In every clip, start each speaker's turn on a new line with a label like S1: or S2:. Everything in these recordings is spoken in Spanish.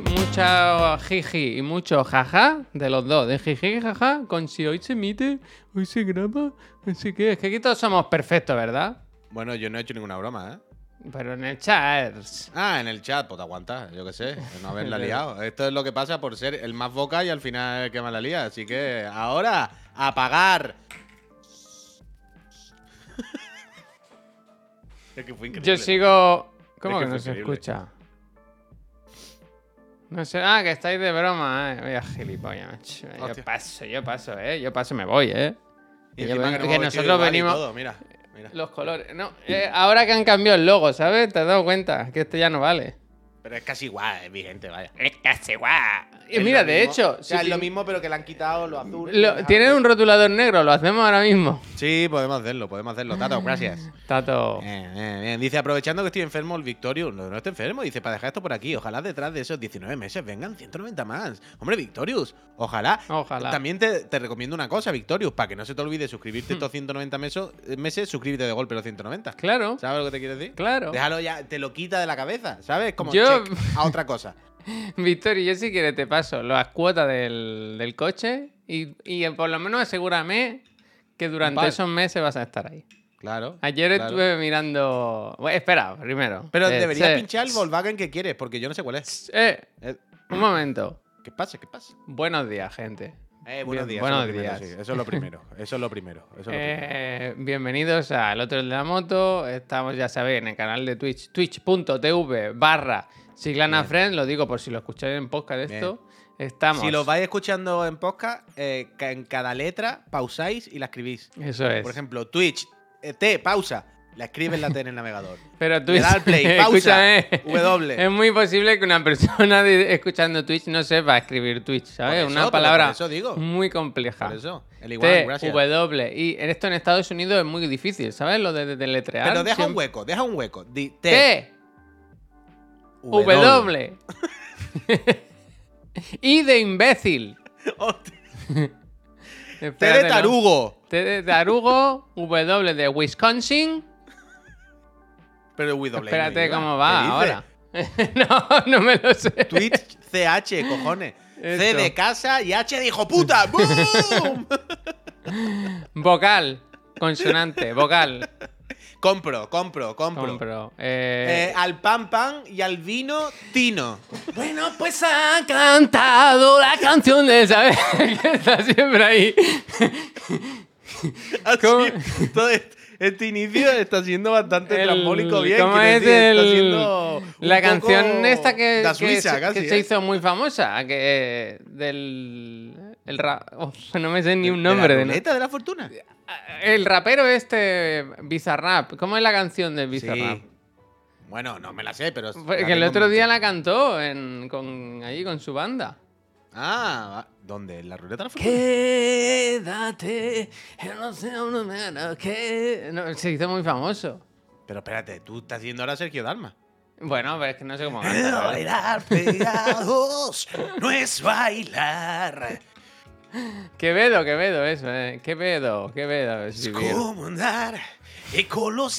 S1: mucha jiji y mucho jaja de los dos, de jiji y jaja, con si hoy se emite, hoy se graba, así que es que aquí todos somos perfectos, ¿verdad?
S2: Bueno, yo no he hecho ninguna broma, ¿eh?
S1: Pero en el chat. es-
S2: Ah, en el chat, pues te aguantas, yo qué sé, de no haberla liado. Esto es lo que pasa por ser el más boca y al final el que más la lía. Así que ahora, a pagar. es que fue increíble.
S1: Yo sigo. ¿Cómo
S2: Es
S1: que,
S2: que
S1: no
S2: fue
S1: se
S2: increíble.
S1: escucha? No sé. Ah, que estáis de broma, eh. Vaya gilipollas, macho. Yo
S2: Hostia.
S1: paso, yo paso, eh. Yo paso, me voy, eh.
S2: Y
S1: Que yo
S2: encima
S1: ven-
S2: nos
S1: que
S2: hemos vestido
S1: nosotros
S2: igual y
S1: venimos-
S2: todo, Mira, mira.
S1: Los colores. No, eh, ahora que han cambiado el logo, ¿sabes? Te has dado cuenta que este ya no vale.
S2: Pero es casi igual, es vigente, vaya.
S1: Es casi guau. Y
S2: Es
S1: Eh, mira,
S2: lo
S1: de
S2: mismo.
S1: hecho,
S2: O sea,
S1: si
S2: es lo
S1: ti-
S2: mismo, pero que le han quitado lo azul. y
S1: lo-
S2: le han
S1: tienen
S2: dejado-
S1: un rotulador negro, lo hacemos ahora mismo.
S2: Sí, podemos hacerlo, podemos hacerlo. Tato, gracias.
S1: Tato.
S2: Bien, bien, bien. Dice, aprovechando que estoy enfermo, el Victorious. No, no está enfermo. Dice, para dejar esto por aquí. Ojalá detrás de esos 19 meses vengan 190 más. Hombre, Victorious, ojalá.
S1: Ojalá.
S2: También te, te recomiendo una cosa, Victorious, para que no se te olvide suscribirte estos 190 mesos, eh, meses, suscríbete de golpe los 190.
S1: Claro,
S2: ¿Sabes lo que te quiero decir?
S1: claro.
S2: Déjalo ya, te lo quita de la cabeza, ¿sabes? Como
S1: Yo-
S2: check a otra cosa.
S1: Víctor, y yo si quieres te paso las cuotas del, del coche y, y eh, por lo menos asegúrame que durante
S2: par.
S1: esos meses vas a estar ahí.
S2: Claro.
S1: Ayer
S2: claro.
S1: estuve mirando... Bueno, espera, primero.
S2: Pero
S1: Eh,
S2: deberías
S1: sí.
S2: pinchar el Volkswagen que quieres, porque yo no sé cuál es.
S1: Eh,
S2: Eh,
S1: un momento.
S2: ¿Qué pasa? ¿Qué pasa?
S1: Buenos días, gente.
S2: Eh, buenos
S1: Bien,
S2: días. eso es lo
S1: buenos días.
S2: primero, sí, Eso es lo primero. Eso es lo primero. Eso es lo primero.
S1: Eh, bienvenidos a El Otro de la Moto. Estamos, ya sabéis, en el canal de Twitch, twitch.tv barra Siglana
S2: Bien.
S1: Friend. Lo digo por si lo escucháis en podcast
S2: Bien.
S1: esto. Estamos.
S2: Si lo vais escuchando en podcast, eh, ca- en cada letra pausáis y la escribís.
S1: Eso es.
S2: Por ejemplo, Twitch, eh, T, pausa. La escribes la T en el navegador.
S1: Pero
S2: Le
S1: Twitch.
S2: da al play, pausa,
S1: escúchame.
S2: W.
S1: Es muy posible que una persona de- escuchando Twitch no sepa escribir Twitch,
S2: Por
S1: ¿sabes?
S2: eso, pero
S1: una palabra
S2: Por eso digo.
S1: muy compleja.
S2: Por eso. El igual,
S1: T,
S2: gracias.
S1: W. Y esto en Estados Unidos es muy difícil, ¿sabes? Lo de, de deletrear.
S2: Pero deja un
S1: siempre-
S2: hueco, deja un hueco. Di, T,
S1: T, W. I de imbécil.
S2: Hostia, T de
S1: Espérate, ¿no?
S2: tarugo.
S1: T de tarugo, W de Wisconsin.
S2: Pero W. no
S1: Espérate
S2: iba.
S1: cómo
S2: ¿Qué
S1: va
S2: dices?
S1: ahora. no, no me lo sé.
S2: Twitch, CH, cojones. C
S1: Esto.
S2: de casa y H de hijo puta. ¡Boom!
S1: Vocal, consonante, vocal.
S2: compro, compro, compro.
S1: Compro. Eh,
S2: Eh, al pan pan y al vino tino.
S1: Bueno, pues ha cantado la canción de, ¿sabes? que está siempre ahí.
S2: Así,
S1: ¿Cómo?
S2: Ah, todo est- este inicio está siendo bastante
S1: El-
S2: trambólico bien.
S1: ¿cómo
S2: quiero
S1: es
S2: decir, está
S1: el-
S2: siendo un
S1: La
S2: poco
S1: canción esta que,
S2: Da
S1: que
S2: Suiza,
S1: se- que
S2: casi.
S1: se
S2: ¿eh?
S1: hizo muy famosa, que eh, del el ra- Uf, no me sé ni
S2: De-
S1: un nombre
S2: de
S1: de
S2: la ruleta de la fortuna.
S1: el rapero este Bizarrap, ¿cómo es la canción de Bizarrap?
S2: Sí. Bueno, no me la sé, pero.
S1: Fue- Que el otro día la cantó en, con, allí con su banda.
S2: Ah, va- ¿dónde? ¿En la ruleta de la fortuna?
S1: Quédate, yo no sé, no me no, que- no, se hizo muy famoso.
S2: Pero espérate, tú estás haciendo ahora Sergio Dalma.
S1: Bueno, pero es que no sé cómo. canta, ¿eh? la verdad.
S2: Bailar pegados no es bailar.
S1: Quevedo, Quevedo, eso, eh. Quevedo, Quevedo. es vivir.
S2: andar y con los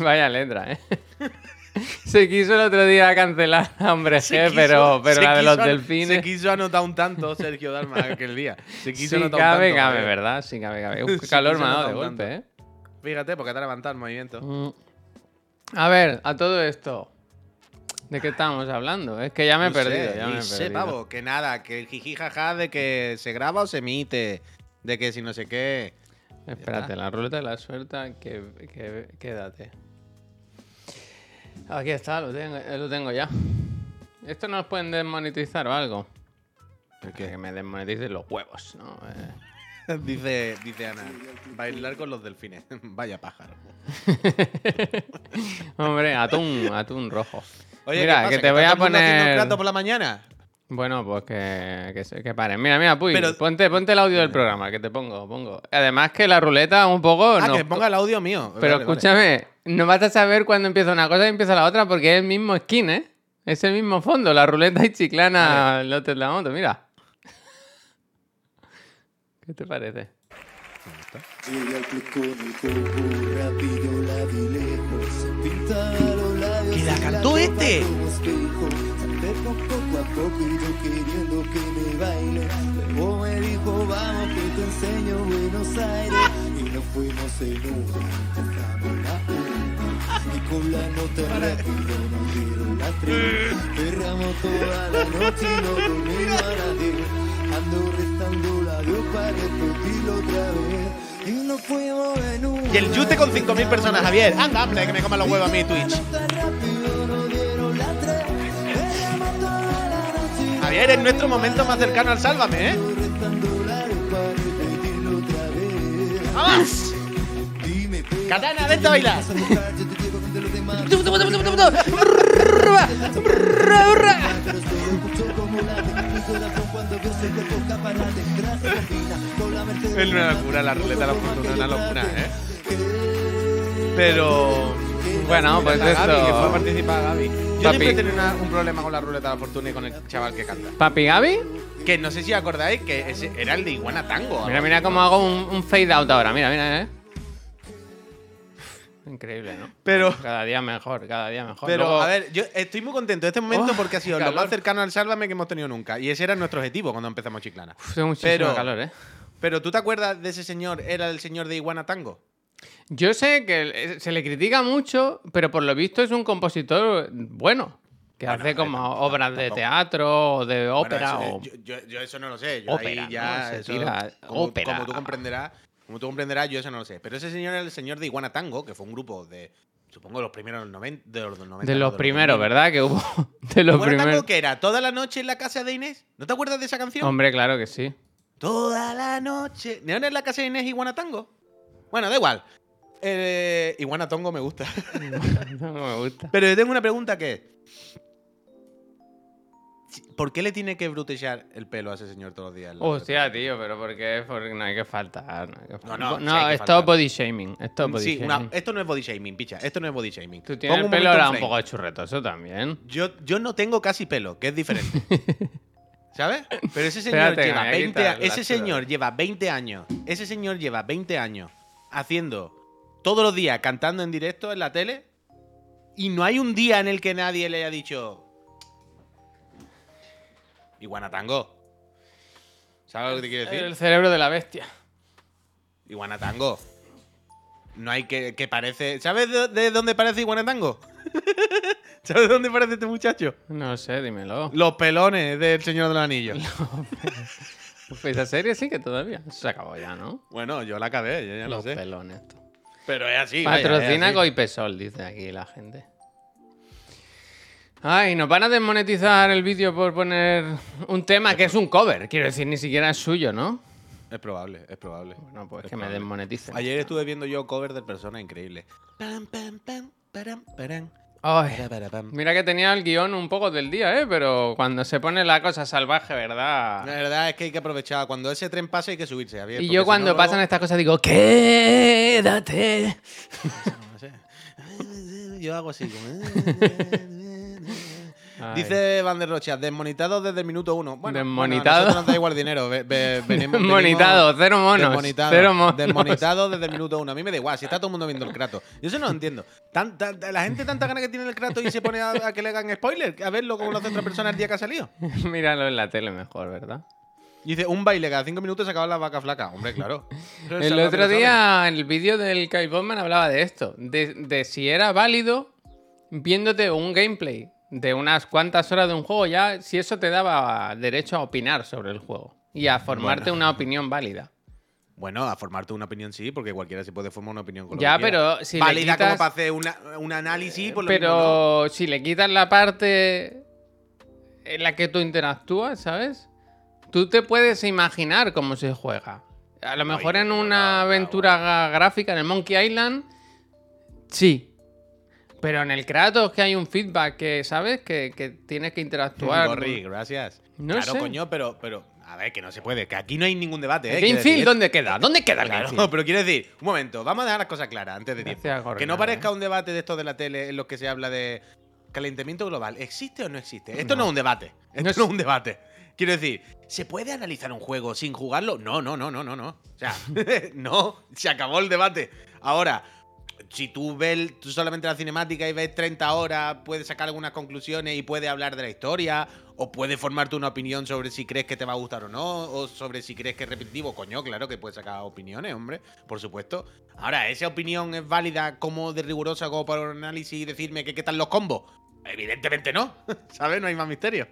S1: Vaya letra, ¿eh? se quiso el otro día cancelar a Hombre
S2: Se
S1: G,
S2: quiso-
S1: Eh, pero, pero
S2: se
S1: la de
S2: quiso
S1: los
S2: an-
S1: delfines.
S2: Se quiso anotar un tanto Sergio Dalma aquel día. Se
S1: Sí,
S2: quiso anotar
S1: cabe,
S2: un tanto.
S1: cabe,
S2: eh.
S1: ¿verdad? Sí, cabe, cabe. Uf, qué
S2: Sí,
S1: calor
S2: quiso
S1: me ha dado de
S2: notar un
S1: golpe, ¿eh?
S2: tanto. Fíjate, porque te ha levantado el movimiento.
S1: Mm. A ver, a todo esto. ¿De qué estábamos hablando? Es que ya me he
S2: No
S1: perdido,
S2: sé,
S1: ya me he
S2: no sé,
S1: perdido.
S2: pavo, que nada, que el jiji jaja de que se graba o se emite, de que si no sé qué.
S1: Espérate, la ruleta de la suerte, que, que- quédate. Aquí está, lo tengo, eh, lo tengo ya. Esto nos pueden desmonetizar o algo. Que me desmoneticen los huevos, ¿no? Eh,
S2: Dice, dice Ana, bailar con los delfines. Vaya pájaro.
S1: Hombre, atún, atún rojo.
S2: Oye, ¿qué
S1: mira,
S2: pasa?
S1: que te voy
S2: está
S1: a
S2: todo el mundo haciendo un
S1: poner.
S2: plato por la mañana?
S1: Bueno, pues que, que, se- que paren. Mira, mira, Puy,
S2: Pero- Eh.
S1: ponte, ponte el audio del programa, que te pongo, pongo. Además que la ruleta un poco...
S2: Ah,
S1: nos-
S2: que ponga el audio mío.
S1: Pero
S2: Pues Vale, vale.
S1: escúchame, no vas a saber cuándo empieza una cosa y empieza la otra porque es el mismo skin, ¿eh? Es el mismo fondo, la ruleta y chiclana, el otro de la moto, mira. ¿Qué te parece?
S3: Llegué al club con el coco, rápido la vi lejos. Pintaron labios
S2: ¿Que la
S3: en
S2: cantó
S3: copa
S2: este?
S3: como espejo. San Poco, poco a poco y yo queriendo que me baile Luego me dijo vamos que te enseño Buenos Aires Y nos fuimos en uno, compramos la uno. Y con la nota rápido nos dieron las tres Cerramos toda la noche y nos dormimos a las diez Ando restando la luz para repetirlo otra vez Y nos fuimos en uno
S2: Y el Yute con 5.000 personas, Javier. Anda, hombre, que me coman los huevos a mí Twitch. Javier, es nuestro momento más cercano al Sálvame, ¿eh? ¡Vamos!
S3: pues,
S2: Katana, vente a bailar. Es una locura, la ruleta, la fortuna, una locura, ¿eh? Pero...
S1: Bueno, pues
S2: Gaby, que fue a
S1: esto.
S2: participar Gaby. Yo
S1: Papi.
S2: siempre he tenido una- un problema con la ruleta de la fortuna y con el chaval que canta.
S1: ¿Papi Gaby?
S2: Que no sé si acordáis que ese era el de Iguana Tango.
S1: Mira,
S2: algo
S1: mira
S2: así,
S1: cómo
S2: ¿no?
S1: hago un, un fade out ahora. Mira, mira, eh. Increíble, ¿no?
S2: Pero,
S1: Cada día mejor, cada día mejor.
S2: pero
S1: Luego-
S2: a ver, yo estoy muy contento de este momento
S1: Oh,
S2: porque ha sido
S1: qué
S2: lo más
S1: calor.
S2: cercano al Sálvame que hemos tenido nunca. Y ese era nuestro objetivo cuando empezamos Chiclana.
S1: Uf, tengo muchísimo
S2: pero-
S1: calor, eh.
S2: Pero ¿tú te acuerdas de ese señor? Era el señor de Iguana Tango.
S1: Yo sé que eh, se le critica mucho, pero por lo visto es un compositor bueno. Que hace
S2: Bueno, hombre,
S1: como
S2: tampoco-
S1: obras de
S2: tampoco.
S1: teatro o de ópera
S2: Bueno, eso- eh,
S1: o.
S2: yo, yo- yo eso no lo sé. Yo
S1: Ópera,
S2: ahí ya
S1: ¿no? Se
S2: eso-
S1: tira
S2: como,
S1: ópera.
S2: como tú comprenderás, como tú comprenderás, yo eso no lo sé. Pero ese señor era el señor de Iguana Tango, que fue un grupo de supongo los primeros de los 90, de los 90,
S1: de
S2: no,
S1: los primeros,
S2: 2000.
S1: ¿verdad? Que hubo. De los
S2: Iguana
S1: primeros.
S2: Tango que era toda la noche en la casa de Inés. ¿No te acuerdas de esa canción?
S1: Hombre, claro que sí.
S2: Toda la noche. ¿No era en la casa de Inés Iguana Tango? Bueno, da igual. Eh, Iguana Tango me gusta.
S1: No me gusta.
S2: Pero yo tengo una pregunta que es. ¿Por qué le tiene que brutellar el pelo a ese señor todos los días? en la
S1: Hostia,
S2: ruleta?
S1: tío, pero porque, porque no hay que faltar. No, hay que faltar.
S2: no,
S1: no,
S2: sí hay que
S1: esto
S2: faltar.
S1: es body shaming. Esto es body
S2: Sí,
S1: shaming.
S2: una- esto no es body shaming, picha. Esto no es body shaming.
S1: Tú tienes
S2: Pongo
S1: el pelo
S2: momento
S1: ahora
S2: en
S1: un
S2: frame.
S1: poco churretoso también.
S2: Yo, yo no tengo casi pelo, que es diferente. ¿Sabes? Pero ese señor
S1: Espérate,
S2: lleva
S1: me voy a
S2: 20
S1: quitar
S2: a-
S1: la
S2: ese
S1: chula.
S2: señor lleva 20 años. Ese señor lleva 20 años haciendo todos los días cantando en directo en la tele y no hay un día en el que nadie le haya dicho Iguana Tango. ¿Sabes lo que te quiero decir?
S1: El cerebro de la bestia.
S2: Iguanatango. No hay que, que parece. ¿Sabes de, de dónde parece Iguanatango? ¿Sabes de dónde parece este muchacho?
S1: No sé, dímelo.
S2: Los pelones del Señor de los Anillos.
S1: Pues esa serie sí que todavía. Eso se acabó ya, ¿no?
S2: bueno, yo la acabé, yo ya lo
S1: Los
S2: sé.
S1: pelones. esto.
S2: Pero es así. vaya, es
S1: Patrocina
S2: así.
S1: Goipesol, dice aquí la gente. Ay, nos van a desmonetizar el vídeo por poner un tema que es un cover. Quiero decir, ni siquiera es suyo, ¿no?
S2: Es probable, es probable.
S1: Bueno, pues
S2: Es
S1: que me
S2: probable.
S1: desmoneticen.
S2: Ayer estuve viendo yo cover del persona increíble. Param, pam, pam, param, param,
S1: Ay,
S2: para, para, pam.
S1: mira que tenía el guión un poco del día, ¿eh? Pero cuando se pone la cosa salvaje,
S2: La
S1: ¿verdad?
S2: verdad es que hay que aprovechar. Cuando ese tren pasa hay que subirse, Javier,
S1: Y
S2: Eh, porque
S1: yo
S2: si
S1: cuando
S2: no,
S1: pasan
S2: luego-
S1: estas cosas digo, quédate.
S2: No sé. Yo hago así. como- eh,
S1: Ay.
S2: Dice Van der Rocha, desmonitado desde el minuto uno. Bueno,
S1: Desmonitado.
S2: Bueno, a nosotros nos da igual dinero. ve- ve- venimos-
S1: Desmonitado,
S2: venimos-
S1: cero monos,
S2: Desmonitado,
S1: cero monos.
S2: desmonitado desde el minuto uno. A mí me da igual, si está todo el mundo viendo el Kratos. Yo eso no lo entiendo. Tan- tan- la gente tanta gana que tiene el Kratos y se pone a, a que le hagan spoiler, a verlo como lo hace otra persona el día que ha salido.
S1: Míralo en la tele mejor, ¿verdad?
S2: Y dice, un baile cada cinco minutos se acaba la vaca flaca. Hombre, claro. Eso es
S1: El
S2: lo que
S1: otro
S2: sabe.
S1: día, en el vídeo del Kai Bowman hablaba de esto, de, de si era válido viéndote un gameplay de unas cuantas horas de un juego ya, si eso te daba derecho a opinar sobre el juego y a formarte una opinión válida.
S2: Bueno, a formarte una opinión sí, porque cualquiera se puede formar una opinión con lo
S1: Ya,
S2: que quiera.
S1: pero si le
S2: Válida como
S1: quitas-
S2: para hacer una- un análisis, por lo
S1: Pero
S2: mismo no.
S1: si le quitas la parte en la que tú interactúas, ¿sabes? Tú te puedes imaginar cómo se juega. A lo mejor
S2: qué
S1: en
S2: bueno,
S1: una
S2: claro.
S1: aventura gra- gráfica, en el Monkey Island, sí. Pero en el Kratos que hay un feedback que, ¿sabes? Que, que tienes que interactuar.
S2: Gorri, gracias.
S1: No
S2: claro,
S1: sé.
S2: coño, pero, pero. A ver, que no se puede, que aquí no hay ningún debate, ¿eh?
S1: ¿El
S2: Quiero
S1: Game Feel
S2: decir,
S1: dónde queda? ¿Dónde queda el
S2: Claro,
S1: Game Feel?
S2: pero quiero decir, un momento, vamos a dejar las cosas claras antes de
S1: Gracias,
S2: tiempo.
S1: Gorri,
S2: que no
S1: nada,
S2: parezca
S1: ¿eh?
S2: un debate de estos de la tele en los que se habla de calentamiento global. ¿Existe o no existe? Esto no, es un debate. Esto no
S1: No
S2: es
S1: es-
S2: un debate. Quiero decir, ¿se puede analizar un juego sin jugarlo? No, no, no, no, no, no. O sea, no, se acabó el debate. Ahora, si tú ves el- tú solamente la cinemática y ves 30 horas, puedes sacar algunas conclusiones y puedes hablar de la historia, o puedes formarte una opinión sobre si crees que te va a gustar o no, o sobre si crees que es repetitivo. Coño, claro que puedes sacar opiniones, hombre, por supuesto. Ahora, ¿esa opinión es válida como de rigurosa como para un análisis y decirme que qué tal los combos? Evidentemente no, ¿sabes? No hay más misterio.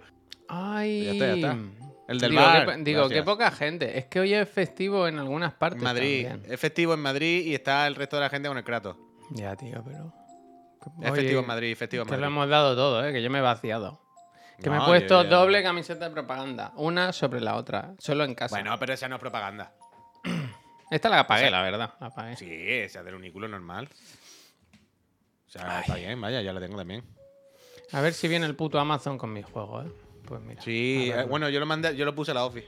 S1: Ay.
S2: Ya está, ya está. El del
S1: digo,
S2: bar.
S1: qué po- digo, qué
S2: gracias.
S1: poca gente. Es que hoy es festivo en algunas partes.
S2: Madrid. Eh,
S1: también.
S2: Es festivo en Madrid y está el resto de la gente con el Kratos.
S1: Ya, tío, pero.
S2: Es
S1: Oye,
S2: festivo en Madrid, festivo en
S1: Que lo
S2: Madrid.
S1: hemos dado todo, ¿eh? que yo me he vaciado. Que me
S2: No,
S1: he puesto
S2: yo ya-
S1: doble camiseta de propaganda, una sobre la otra, solo en casa.
S2: Bueno, pero esa no es propaganda.
S1: Esta la apagué, la verdad. La apagué.
S2: Sí, esa del unículo normal. O sea, está bien, vaya, ya la tengo también.
S1: A ver si viene el puto Amazon con mi juego, ¿eh? Pues mira.
S2: Sí,
S1: a ver.
S2: eh, bueno, yo lo mandé, yo lo puse a la office.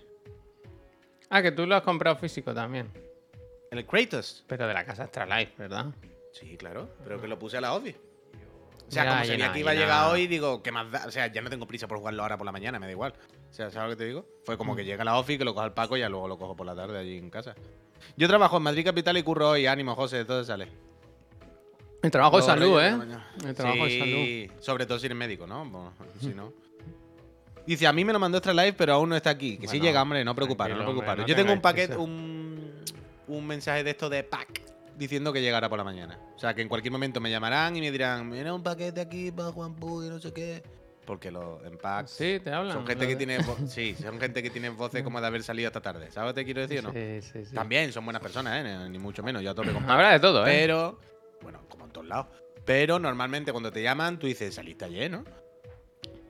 S1: Ah, que tú lo has comprado físico también.
S2: ¿El Kratos?
S1: Pero de la casa Astralife, ¿verdad?
S2: Sí, claro, pero que lo puse a la office. O sea,
S1: Ya,
S2: como
S1: ya
S2: sabía
S1: nada,
S2: que iba a
S1: ya
S2: llegar
S1: nada.
S2: hoy, digo, ¿qué más da? O sea, ya no tengo prisa por jugarlo ahora por la mañana, me da igual. O sea, ¿sabes lo que te digo? Fue como que llega a la office, que lo coja al Paco y ya luego lo cojo por la tarde allí en casa. Yo trabajo en Madrid Capital y curro hoy, ánimo, José, todo sale.
S1: El trabajo de salud,
S2: Luego relleno,
S1: ¿eh?
S2: coño.
S1: El trabajo de salud.
S2: Sí, Sobre todo si eres médico, ¿no? Pues, si no. Dice, a mí me lo mandó Extra Live, pero aún no está aquí. Que sí
S1: Bueno,
S2: llega, hombre, no preocuparos, no
S1: tranquilo, hombre,
S2: preocuparos.
S1: no
S2: Yo tengo un
S1: tengáis
S2: paquete,
S1: prisa.
S2: un, un mensaje de esto de pack diciendo que llegará por la mañana. O sea, que en cualquier momento me llamarán y me dirán, mira un paquete aquí para Juan Puy, no sé qué. Porque los en pack
S1: Sí, eh. te hablan.
S2: son gente
S1: lo
S2: que
S1: de-
S2: tiene vo- sí, son gente que tiene voces como de haber salido esta tarde. ¿Sabes lo que te quiero decir o no?
S1: Sí, sí, sí.
S2: También son buenas personas, ¿eh? Ni mucho menos. Yo a tope con
S1: Habrá de todo, ¿eh?
S2: pero, bueno, como en todos lados. Pero normalmente cuando te llaman, tú dices, saliste ayer, ¿no?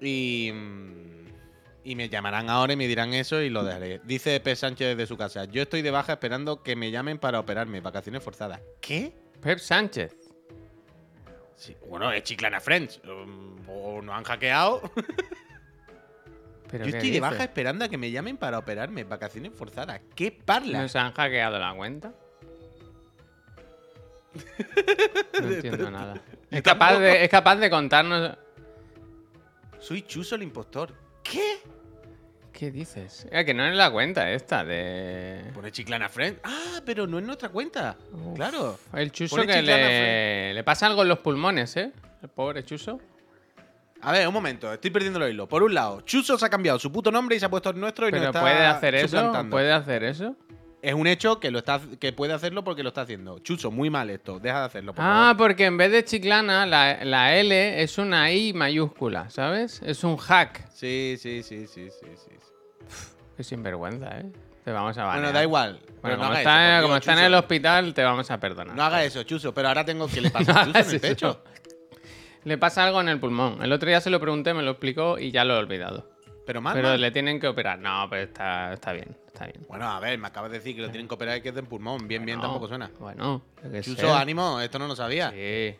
S2: Y, mm, y me llamarán ahora y me dirán eso y lo dejaré. Dice P. Sánchez desde su casa, yo estoy de baja esperando que me llamen para operarme, vacaciones forzadas. ¿Qué?
S1: Pep Sánchez.
S2: Sí, Bueno, es Chiclana Friends. Um, O nos han hackeado.
S1: ¿Pero
S2: Yo
S1: qué
S2: estoy de
S1: dices?
S2: baja esperando a que me llamen para operarme, vacaciones forzadas. ¿Qué parla?
S1: ¿Nos han hackeado la cuenta? No entiendo nada.
S2: Yo
S1: Es capaz,
S2: tampoco.
S1: de, es capaz de contarnos.
S2: Soy Chuso el impostor. ¿Qué?
S1: ¿Qué dices? Eh, que no es la cuenta esta de.
S2: Pone Chiclana Friends. Ah, pero no es nuestra cuenta.
S1: Uf.
S2: Pues, Claro.
S1: El chuso
S2: Pone
S1: que
S2: chiclana,
S1: le... le pasa algo en los pulmones, ¿eh? El pobre chuso.
S2: A ver, un momento, estoy perdiendo el hilo. Por un lado, Chuso se ha cambiado su puto nombre y se ha puesto el nuestro y nos
S1: Pero
S2: está
S1: puede hacer eso.
S2: suplantando.
S1: Puede hacer eso.
S2: Es un hecho que lo está que puede hacerlo porque lo está haciendo. Chuso, muy mal esto, deja de hacerlo, por
S1: Ah,
S2: favor.
S1: porque en vez de chiclana, la, la L es una I mayúscula, ¿sabes? Es un hack.
S2: Sí, sí, sí, sí, sí, sí.
S1: Qué sinvergüenza, ¿eh? Te vamos a banear.
S2: Bueno, da igual. pero
S1: Bueno,
S2: no
S1: como,
S2: haga
S1: está,
S2: eso, por
S1: como
S2: Dios,
S1: está en
S2: Chuso.
S1: el hospital, te vamos a perdonar.
S2: No haga eso, Chuso, pero ahora tengo que le
S1: No
S2: pasa a Chuso
S1: hagas
S2: en el
S1: eso.
S2: pecho.
S1: Le pasa algo en el pulmón. El otro día se lo pregunté, me lo explicó y ya lo he olvidado.
S2: Pero mal.
S1: Pero
S2: mal.
S1: le tienen que operar. No, pero está, está bien, está bien.
S2: Bueno, a ver, me acabas de decir que lo tienen que operar y que es del pulmón. Bien, bien,
S1: No,
S2: tampoco suena.
S1: Bueno, yo qué
S2: Chuso,
S1: sé.
S2: ánimo, esto no lo sabía.
S1: Sí.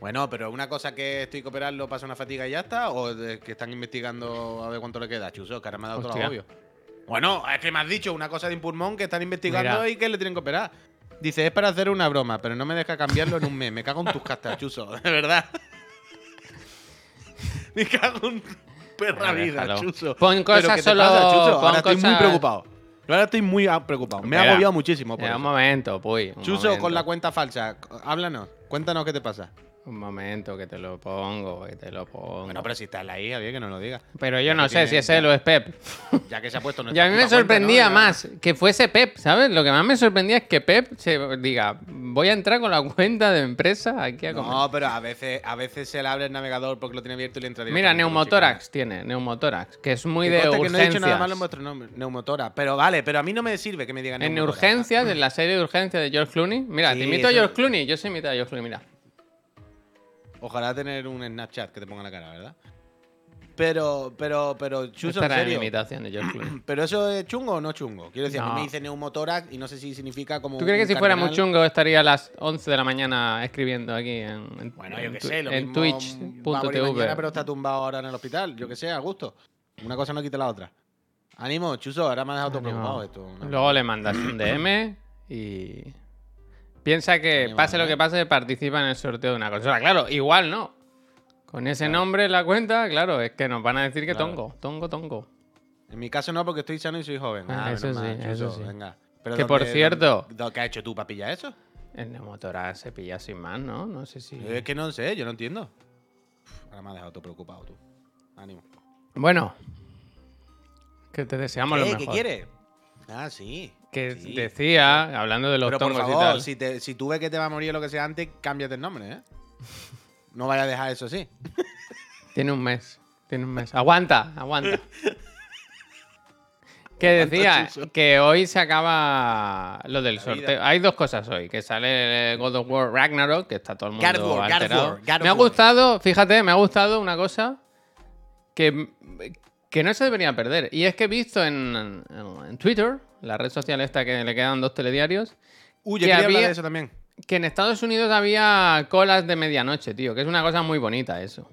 S2: Bueno, pero una cosa que estoy que operarlo pasa una fatiga y ya está, o de- que están investigando a ver cuánto le queda, Chuso, que ahora me ha dado todo lo
S1: Hostia.
S2: obvio. Bueno, es que me has dicho una cosa de un pulmón que están investigando
S1: Mira.
S2: y que le tienen que operar. Dice, es para hacer una broma, pero no me deja cambiarlo en un mes. Me cago en tus castas, Chuso, de verdad. me cago en tu
S1: Venga,
S2: perra vida,
S1: déjalo.
S2: Chuso.
S1: Pon
S2: Pero
S1: cosas
S2: ¿qué te
S1: solo-
S2: pasa, Chuso?
S1: pon
S2: Ahora estoy muy
S1: cosas-
S2: preocupado. Yo ahora estoy muy a- preocupado. Me ha
S1: Espera.
S2: agobiado muchísimo. Por
S1: Eh,
S2: eso.
S1: un momento, puy. un
S2: Chuso, con la
S1: momento.
S2: cuenta falsa, háblanos. Cuéntanos qué te pasa.
S1: Un momento, que te lo pongo, que te lo pongo.
S2: Bueno, pero si está en la IA, bien que nos lo diga.
S1: Pero yo no
S2: que
S1: sé
S2: tiene-
S1: si es él o es Pep.
S2: Ya que se ha puesto
S1: Y a mí me sorprendía más que fuese Pep, ¿sabes? Lo que más me sorprendía es que Pep se diga, voy a entrar con la cuenta de empresa aquí a comer.
S2: No, pero a veces, a veces se le abre el navegador porque lo tiene abierto y le entra
S1: Mira,
S2: directamente por
S1: neumotórax tiene, neumotórax, que es muy
S2: Chiclana.
S1: de
S2: Que conste
S1: urgencias.
S2: que no he dicho nada malo en vuestro nombre, neumotora. Pero vale, pero a mí no me sirve que me digan
S1: En
S2: neumotora.
S1: urgencias, en la serie de urgencias de George Clooney. Mira,
S2: Sí,
S1: te imito a
S2: eso-
S1: George Clooney, yo se imito a George Clooney, mira.
S2: Ojalá tener un Snapchat que te ponga la cara, ¿verdad? Pero, pero, pero, Chuso,
S1: Esta
S2: en
S1: era mi
S2: serio.
S1: imitación de George Clooney.
S2: Pero eso es chungo o no chungo. Quiero decir, a
S1: No.
S2: mí me dice neumotórax y no sé si significa como.
S1: ¿Tú crees
S2: un
S1: que si fuera muy
S2: cardenal.
S1: chungo estaría a las 11 de la mañana escribiendo aquí en, en-
S2: Bueno, yo
S1: en
S2: qué
S1: tu-
S2: sé, lo
S1: en
S2: mismo va a morir mañana, pero
S1: twitch.tv?
S2: está tumbado ahora en el hospital. Yo qué sé, a gusto. Una cosa no quita la otra. Ánimo, Chuso, ahora me ha dejado todo
S1: Ánimo.
S2: preocupado esto. ¿no?
S1: Luego le mandas un DM y piensa que
S2: Ánimo,
S1: pase lo que
S2: ánimo.
S1: pase participa en el sorteo de una consola. Claro, igual no. Con ese nombre en la cuenta, claro, es que nos van a decir que
S2: Claro.
S1: tongo, tongo, tongo.
S2: En mi caso no, porque estoy sano y soy joven.
S1: Ah,
S2: Ah,
S1: eso
S2: menos mal,
S1: sí, eso
S2: Chuso,
S1: sí.
S2: Venga. Pero
S1: Que, por
S2: ¿dónde-
S1: cierto-
S2: dónde- ¿Qué has hecho tú para pillar eso?
S1: El neumotoraz se pilla sin más, ¿no? No sé si.
S2: Es que no sé, yo no entiendo. Uf, ahora me has dejado todo preocupado tú. Ánimo.
S1: Bueno. Que te deseamos lo
S2: ¿Qué?
S1: mejor.
S2: ¿Qué quieres? Ah, sí.
S1: Que
S2: sí.
S1: decía, hablando de los
S2: Pero por
S1: tongos
S2: favor,
S1: y tal.
S2: Si, te, si tú ves que te va a morir o lo que sea antes, cámbiate el nombre, ¿eh? No vayas a dejar eso así.
S1: Tiene un mes. Tiene un mes. Aguanta, aguanta. que decía
S2: Chuso.
S1: que hoy se acaba lo del
S2: La
S1: sorteo.
S2: vida.
S1: Hay dos cosas hoy, que sale God of War Ragnarok, que está todo el mundo
S2: God of War, God of
S1: alterado.
S2: War, God of
S1: me ha
S2: War.
S1: gustado, fíjate, me ha gustado una cosa que, que no se debería perder. Y es que he visto en, en- en Twitter, la red social esta que le quedan dos telediarios,
S2: Uy,
S1: Que
S2: yo quería hablar
S1: había-
S2: de eso también.
S1: que en Estados Unidos había colas de medianoche, tío, que es una cosa muy bonita eso.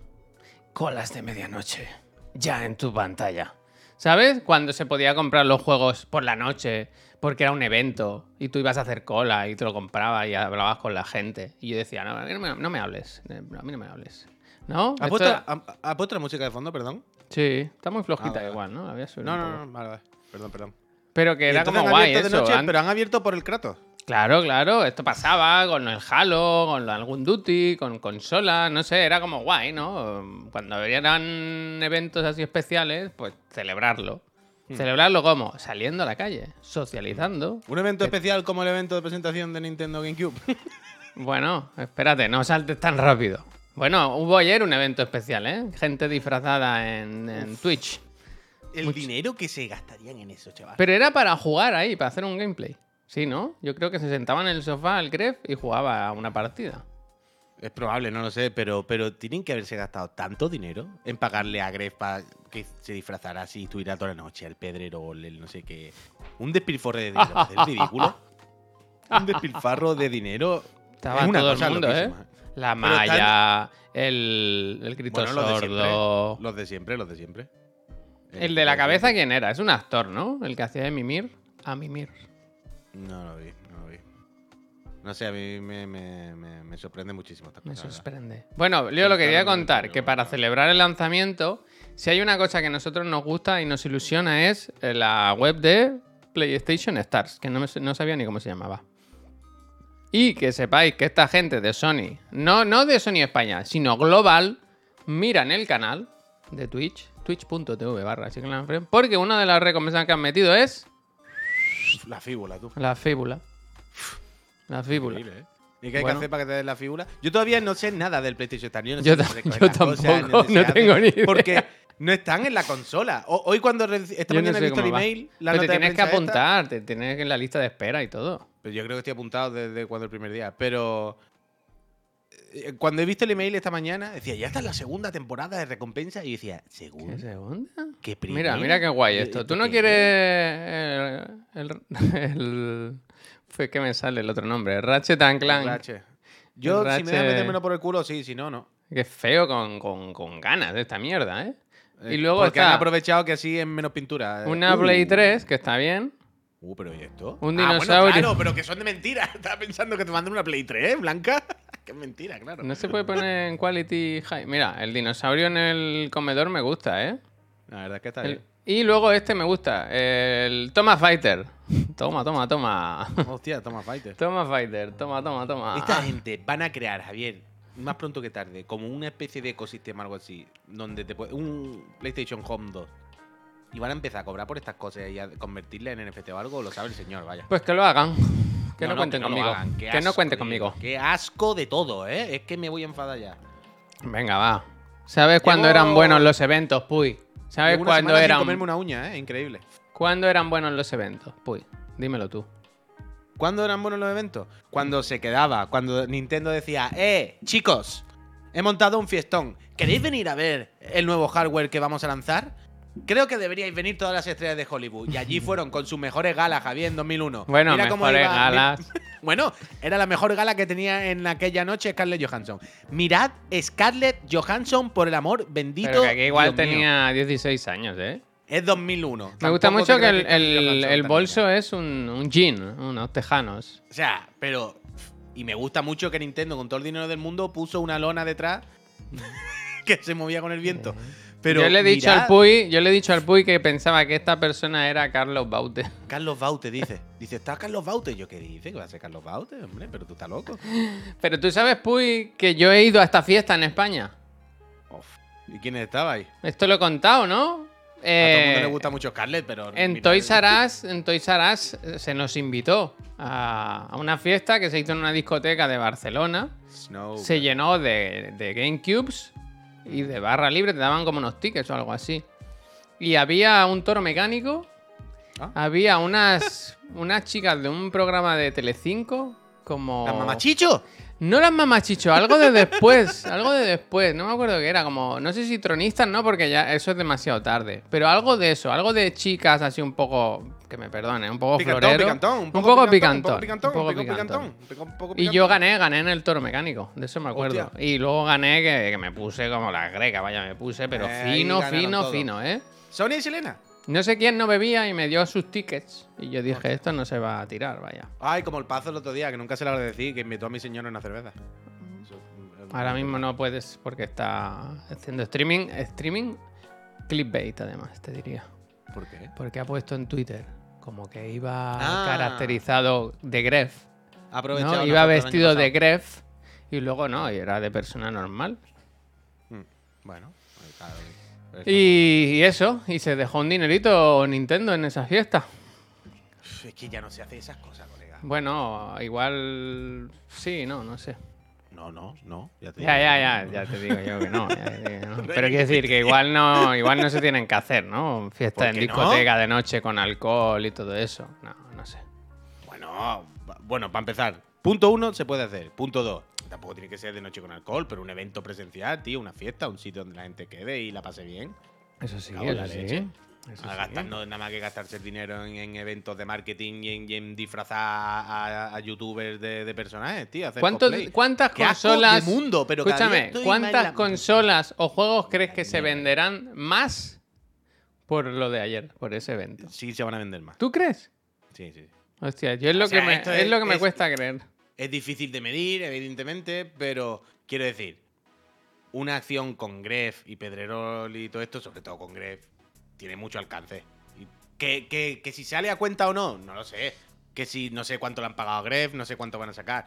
S1: Colas de medianoche, ya en tu pantalla. ¿Sabes? Cuando se podía comprar los juegos por la noche, porque era un evento, y tú ibas a hacer cola y te lo comprabas y hablabas con la gente. Y yo decía, no, a mí no me, no me hables, eh, a mí no me hables. ¿No? Esto-
S2: ¿Has puesto, ha- ha puesto la música de fondo, perdón?
S1: Sí, está muy flojita
S2: Ah, vale.
S1: igual, ¿no? La voy a subir
S2: No,
S1: un
S2: no,
S1: poco.
S2: no, vale, vale. Perdón, perdón.
S1: Pero que
S2: Y
S1: era
S2: entonces
S1: como
S2: han
S1: guay
S2: abierto
S1: eso.
S2: de noche,
S1: an-
S2: Pero han abierto por el Kratos.
S1: Claro, claro, esto pasaba con el Halo, con algún Duty, con consola, no sé, era como guay, ¿no? Cuando eran eventos así especiales, pues celebrarlo. ¿Celebrarlo cómo? Saliendo a la calle, socializando.
S2: Un evento especial como el evento de presentación de Nintendo GameCube.
S1: Bueno, espérate, no saltes tan rápido. Bueno, hubo ayer un evento especial, ¿eh? Gente disfrazada en, en Twitch.
S2: el dinero que se gastarían en eso, chaval.
S1: Pero era para jugar ahí, para hacer un gameplay. Sí, ¿no? Yo creo que se sentaba en el sofá el Gref y jugaba a una partida.
S2: Es probable, no lo sé, pero, pero tienen que haberse gastado tanto dinero en pagarle a Gref para que se disfrazara así y estuviera toda la noche, el pedrero o el no sé qué. Un despilfarro de dinero. es ridículo. Un despilfarro de dinero.
S1: Estaba
S2: es una
S1: todo
S2: cosa
S1: el mundo, ¿eh?
S2: loquísima.
S1: La
S2: Pero están-
S1: malla, el, el grito
S2: Bueno, los de siempre.
S1: sordo.
S2: Los de siempre, los de siempre. Eh,
S1: El de la cabeza, ¿quién era? Es un actor, ¿no? El que hacía de Mimir a Mimir.
S2: No lo vi, no lo vi. No sé, a mí me, me- me- me sorprende muchísimo esta
S1: Me
S2: cosa, la verdad.
S1: sorprende. Bueno, yo lo quería
S2: Contarlo,
S1: contar,
S2: pero
S1: que
S2: bueno.
S1: para celebrar el lanzamiento, si hay una cosa que a nosotros nos gusta y nos ilusiona es eh, la web de PlayStation Stars, que no, me- no sabía ni cómo se llamaba. Y que sepáis que esta gente de Sony, no, no de Sony España, sino global, miran el canal de Twitch, twitch.tv barra Chicken Land Friends, porque una de las recompensas que han metido es
S2: La fíbula, tú.
S1: la fíbula. La fíbula.
S2: Increíble, ¿eh? ¿Y qué hay
S1: Bueno.
S2: que hacer para que te den la fíbula? Yo todavía no sé nada del PlayStation Star. Yo, no sé
S1: Yo
S2: cómo
S1: tam-
S2: se
S1: yo
S2: cogen las cosas,
S1: tampoco,
S2: se
S1: no
S2: hacen,
S1: tengo ni idea.
S2: Porque no están en la consola. O- hoy cuando reci- esta
S1: Yo no
S2: mañana
S1: sé
S2: he visto el
S1: cómo va.
S2: email,
S1: Pero
S2: la
S1: te
S2: nota
S1: tienes
S2: de
S1: que
S2: prensa esta,
S1: apuntar, te tienes que en la lista de espera y todo.
S2: pero yo creo que estoy apuntado desde cuando el primer día. Pero eh, cuando he visto el email esta mañana, decía, ya está en la segunda temporada de recompensa. Y yo decía,
S1: ¿Qué
S2: ¿según?
S1: segunda?
S2: ¿Qué primera?
S1: Mira, mira qué guay esto. ¿Tú no
S2: qué
S1: quieres
S2: es?
S1: eh, el, el- Fue que me sale el otro nombre. Ratchet and Clank.
S2: Rache. Yo, si me da
S1: Rache.
S2: a metérmelo por el culo, sí, si no, no.
S1: Qué feo con, con- con ganas de esta mierda, ¿eh? Y
S2: Eh,
S1: luego
S2: Porque
S1: está-
S2: han aprovechado que así es menos pintura. eh.
S1: Una
S2: Uh.
S1: Play 3, que está bien.
S2: Uh, pero ¿y esto?
S1: Un
S2: Ah, bueno,
S1: dinosaurio.
S2: claro, pero que son de mentira. Estaba pensando que te mandan una Play 3, ¿eh, Blanca. que es mentira, claro.
S1: No se puede poner en quality high. Mira, el dinosaurio en el comedor me gusta, ¿eh?
S2: La verdad es que está
S1: El-
S2: bien.
S1: y luego este me gusta. El Toma Fighter. Toma, toma, toma.
S2: Hostia, toma Fighter.
S1: Toma Fighter, toma, toma, toma.
S2: Esta gente van a crear, Javier, más pronto que tarde, como una especie de ecosistema algo así, donde te puede, un PlayStation Home 2. Y van a empezar a cobrar por estas cosas y a convertirla en NFT o algo, lo sabe el señor, vaya.
S1: Pues que lo hagan. Que no,
S2: No, no,
S1: cuenten
S2: lo
S1: conmigo.
S2: hagan, qué
S1: que no
S2: asco,
S1: cuente
S2: tío.
S1: conmigo.
S2: Qué asco de todo, ¿eh? Es que me voy a enfadar ya.
S1: Venga, va. ¿Sabes cuándo eran buenos los eventos, Puy? ¿Sabes
S2: Llevo una
S1: cuándo
S2: semana sin
S1: eran,
S2: comerme una uña, ¿eh? Increíble.
S1: cuándo eran buenos los eventos, Puy? Dímelo tú.
S2: ¿Cuándo eran buenos los eventos? Cuando se quedaba, cuando Nintendo decía, ¡eh, chicos! He montado un fiestón. ¿Queréis venir a ver el nuevo hardware que vamos a lanzar? Creo que deberíais venir todas las estrellas de Hollywood. Y allí fueron con sus mejores galas, Javier, en 2001.
S1: Bueno,
S2: Mira cómo
S1: mejores
S2: iba-
S1: galas.
S2: Bueno, era la mejor gala que tenía en aquella noche Scarlett Johansson. Mirad Scarlett Johansson, por el amor bendito.
S1: Pero que aquí igual
S2: Dios mío.
S1: tenía 16 años, ¿eh?
S2: Es 2001.
S1: Me gusta
S2: Tampoco
S1: mucho que
S2: creo
S1: el,
S2: Scarlett
S1: el-
S2: Johansson
S1: el
S2: tan
S1: bolso es un, un jean, unos tejanos.
S2: O sea, pero. Y me gusta mucho que Nintendo, con todo el dinero del mundo, puso una lona detrás que se movía con el viento. Pero
S1: yo le he dicho
S2: mirad-
S1: al Puy, yo le he dicho al Puy que pensaba que esta persona era Carlos Baute.
S2: Carlos Baute dice. Dice, está Carlos Baute. Yo, ¿qué dice? ¿Que va a ser Carlos Baute? Hombre, pero tú estás loco.
S1: Pero tú sabes, Puy, que yo he ido a esta fiesta en España.
S2: Uf. ¿Y quién estaba ahí?
S1: Esto lo he contado, ¿no?
S2: A todo el
S1: Eh,
S2: mundo le gusta mucho Scarlett, pero.
S1: En
S2: mira,
S1: Toys R Us- en Toys R Us, eh, se nos invitó a a una fiesta que se hizo en una discoteca de Barcelona.
S2: Snow.
S1: Se llenó de, de GameCubes y de barra libre, te daban como unos tickets o algo así. Y había un toro mecánico,
S2: Ah.
S1: había unas, unas chicas de un programa de Telecinco, como...
S2: ¿La mamachicho?
S1: No las mamachicho, algo de después, algo de después, no me acuerdo qué era, como, no sé si tronistas, no, porque ya eso es demasiado tarde, pero algo de eso, algo de chicas así un poco, que me perdone, un poco
S2: Picantón,
S1: florero,
S2: picantón. Un poco,
S1: picantón,
S2: picantón. Un poco picantón.
S1: picantón.
S2: un poco- un poco
S1: Y yo
S2: picantón.
S1: gané, gané en el toro mecánico, de eso me acuerdo.
S2: Hostia.
S1: Y luego gané que, que me puse como la greca, vaya, me puse, pero
S2: Eh, ahí
S1: fino,
S2: ganaron
S1: fino,
S2: todo.
S1: fino, ¿eh?
S2: Sonia y Selena.
S1: No sé quién no bebía y me dio sus tickets. Y yo dije, esto no se va a tirar, vaya.
S2: Ay, como el pazo el otro día, que nunca se lo agradecí, que invitó a mi señora a una cerveza.
S1: Mm.
S2: Eso, eh,
S1: Ahora mismo no puedes porque está haciendo streaming, streaming, clickbait además, te diría.
S2: eh, ¿Por qué?
S1: Porque ha puesto en Twitter como que iba
S2: Ah.
S1: caracterizado de Gref, ¿no?
S2: Aprovechado. nosotros el
S1: Iba
S2: año
S1: vestido de
S2: pasado.
S1: Gref y luego no, y era de persona normal.
S2: Mm, Bueno, claro.
S1: Y, y eso, y se dejó un dinerito Nintendo en esa fiesta.
S2: Uf, Es que ya no se hace esas cosas, colega.
S1: Bueno, igual sí, no, no sé.
S2: No, no, no. Ya, te
S1: Ya,
S2: digo,
S1: ya,
S2: no,
S1: ya,
S2: no.
S1: ya te digo yo que no. ya te digo que no. Pero quiero decir que igual no, igual no se tienen que hacer, ¿no?
S2: ¿Por
S1: Fiestas en
S2: qué no?
S1: discoteca de noche con alcohol y todo eso. No, no sé.
S2: Bueno, va- bueno, para empezar. Punto uno, se puede hacer. Punto dos, tampoco tiene que ser de noche con alcohol, pero un evento presencial, tío, una fiesta, un sitio donde la gente quede y la pase bien.
S1: Eso sí,
S2: Cago en la
S1: eso sí.
S2: leche. Ah,
S1: Eso
S2: A
S1: sí.
S2: gastar, no, nada más que gastarse el dinero en, en eventos de marketing y en, y en disfrazar a, a youtubers de, de personajes, tío. hacer
S1: ¿Cuántos-
S2: cosplay.
S1: ¿Cuántas
S2: Qué asco
S1: consolas?
S2: de mundo, pero cada día
S1: escúchame,
S2: estoy más en
S1: ¿cuántas
S2: la-
S1: consolas o juegos crees que
S2: mierda.
S1: se venderán más por lo de ayer, por ese evento?
S2: Sí, se van a vender más.
S1: ¿Tú crees?
S2: Sí, sí.
S1: Hostia, yo es lo
S2: sea,
S1: que me,
S2: esto
S1: es,
S2: es-
S1: lo que me
S2: es-
S1: cuesta creer.
S2: Es difícil de medir, evidentemente, pero quiero decir, una acción con Gref y Pedrerol y todo esto, sobre todo con Gref, tiene mucho alcance. Y que, que- que si sale a cuenta o no, no lo sé. Que si no sé cuánto le han pagado a Gref, no sé cuánto van a sacar.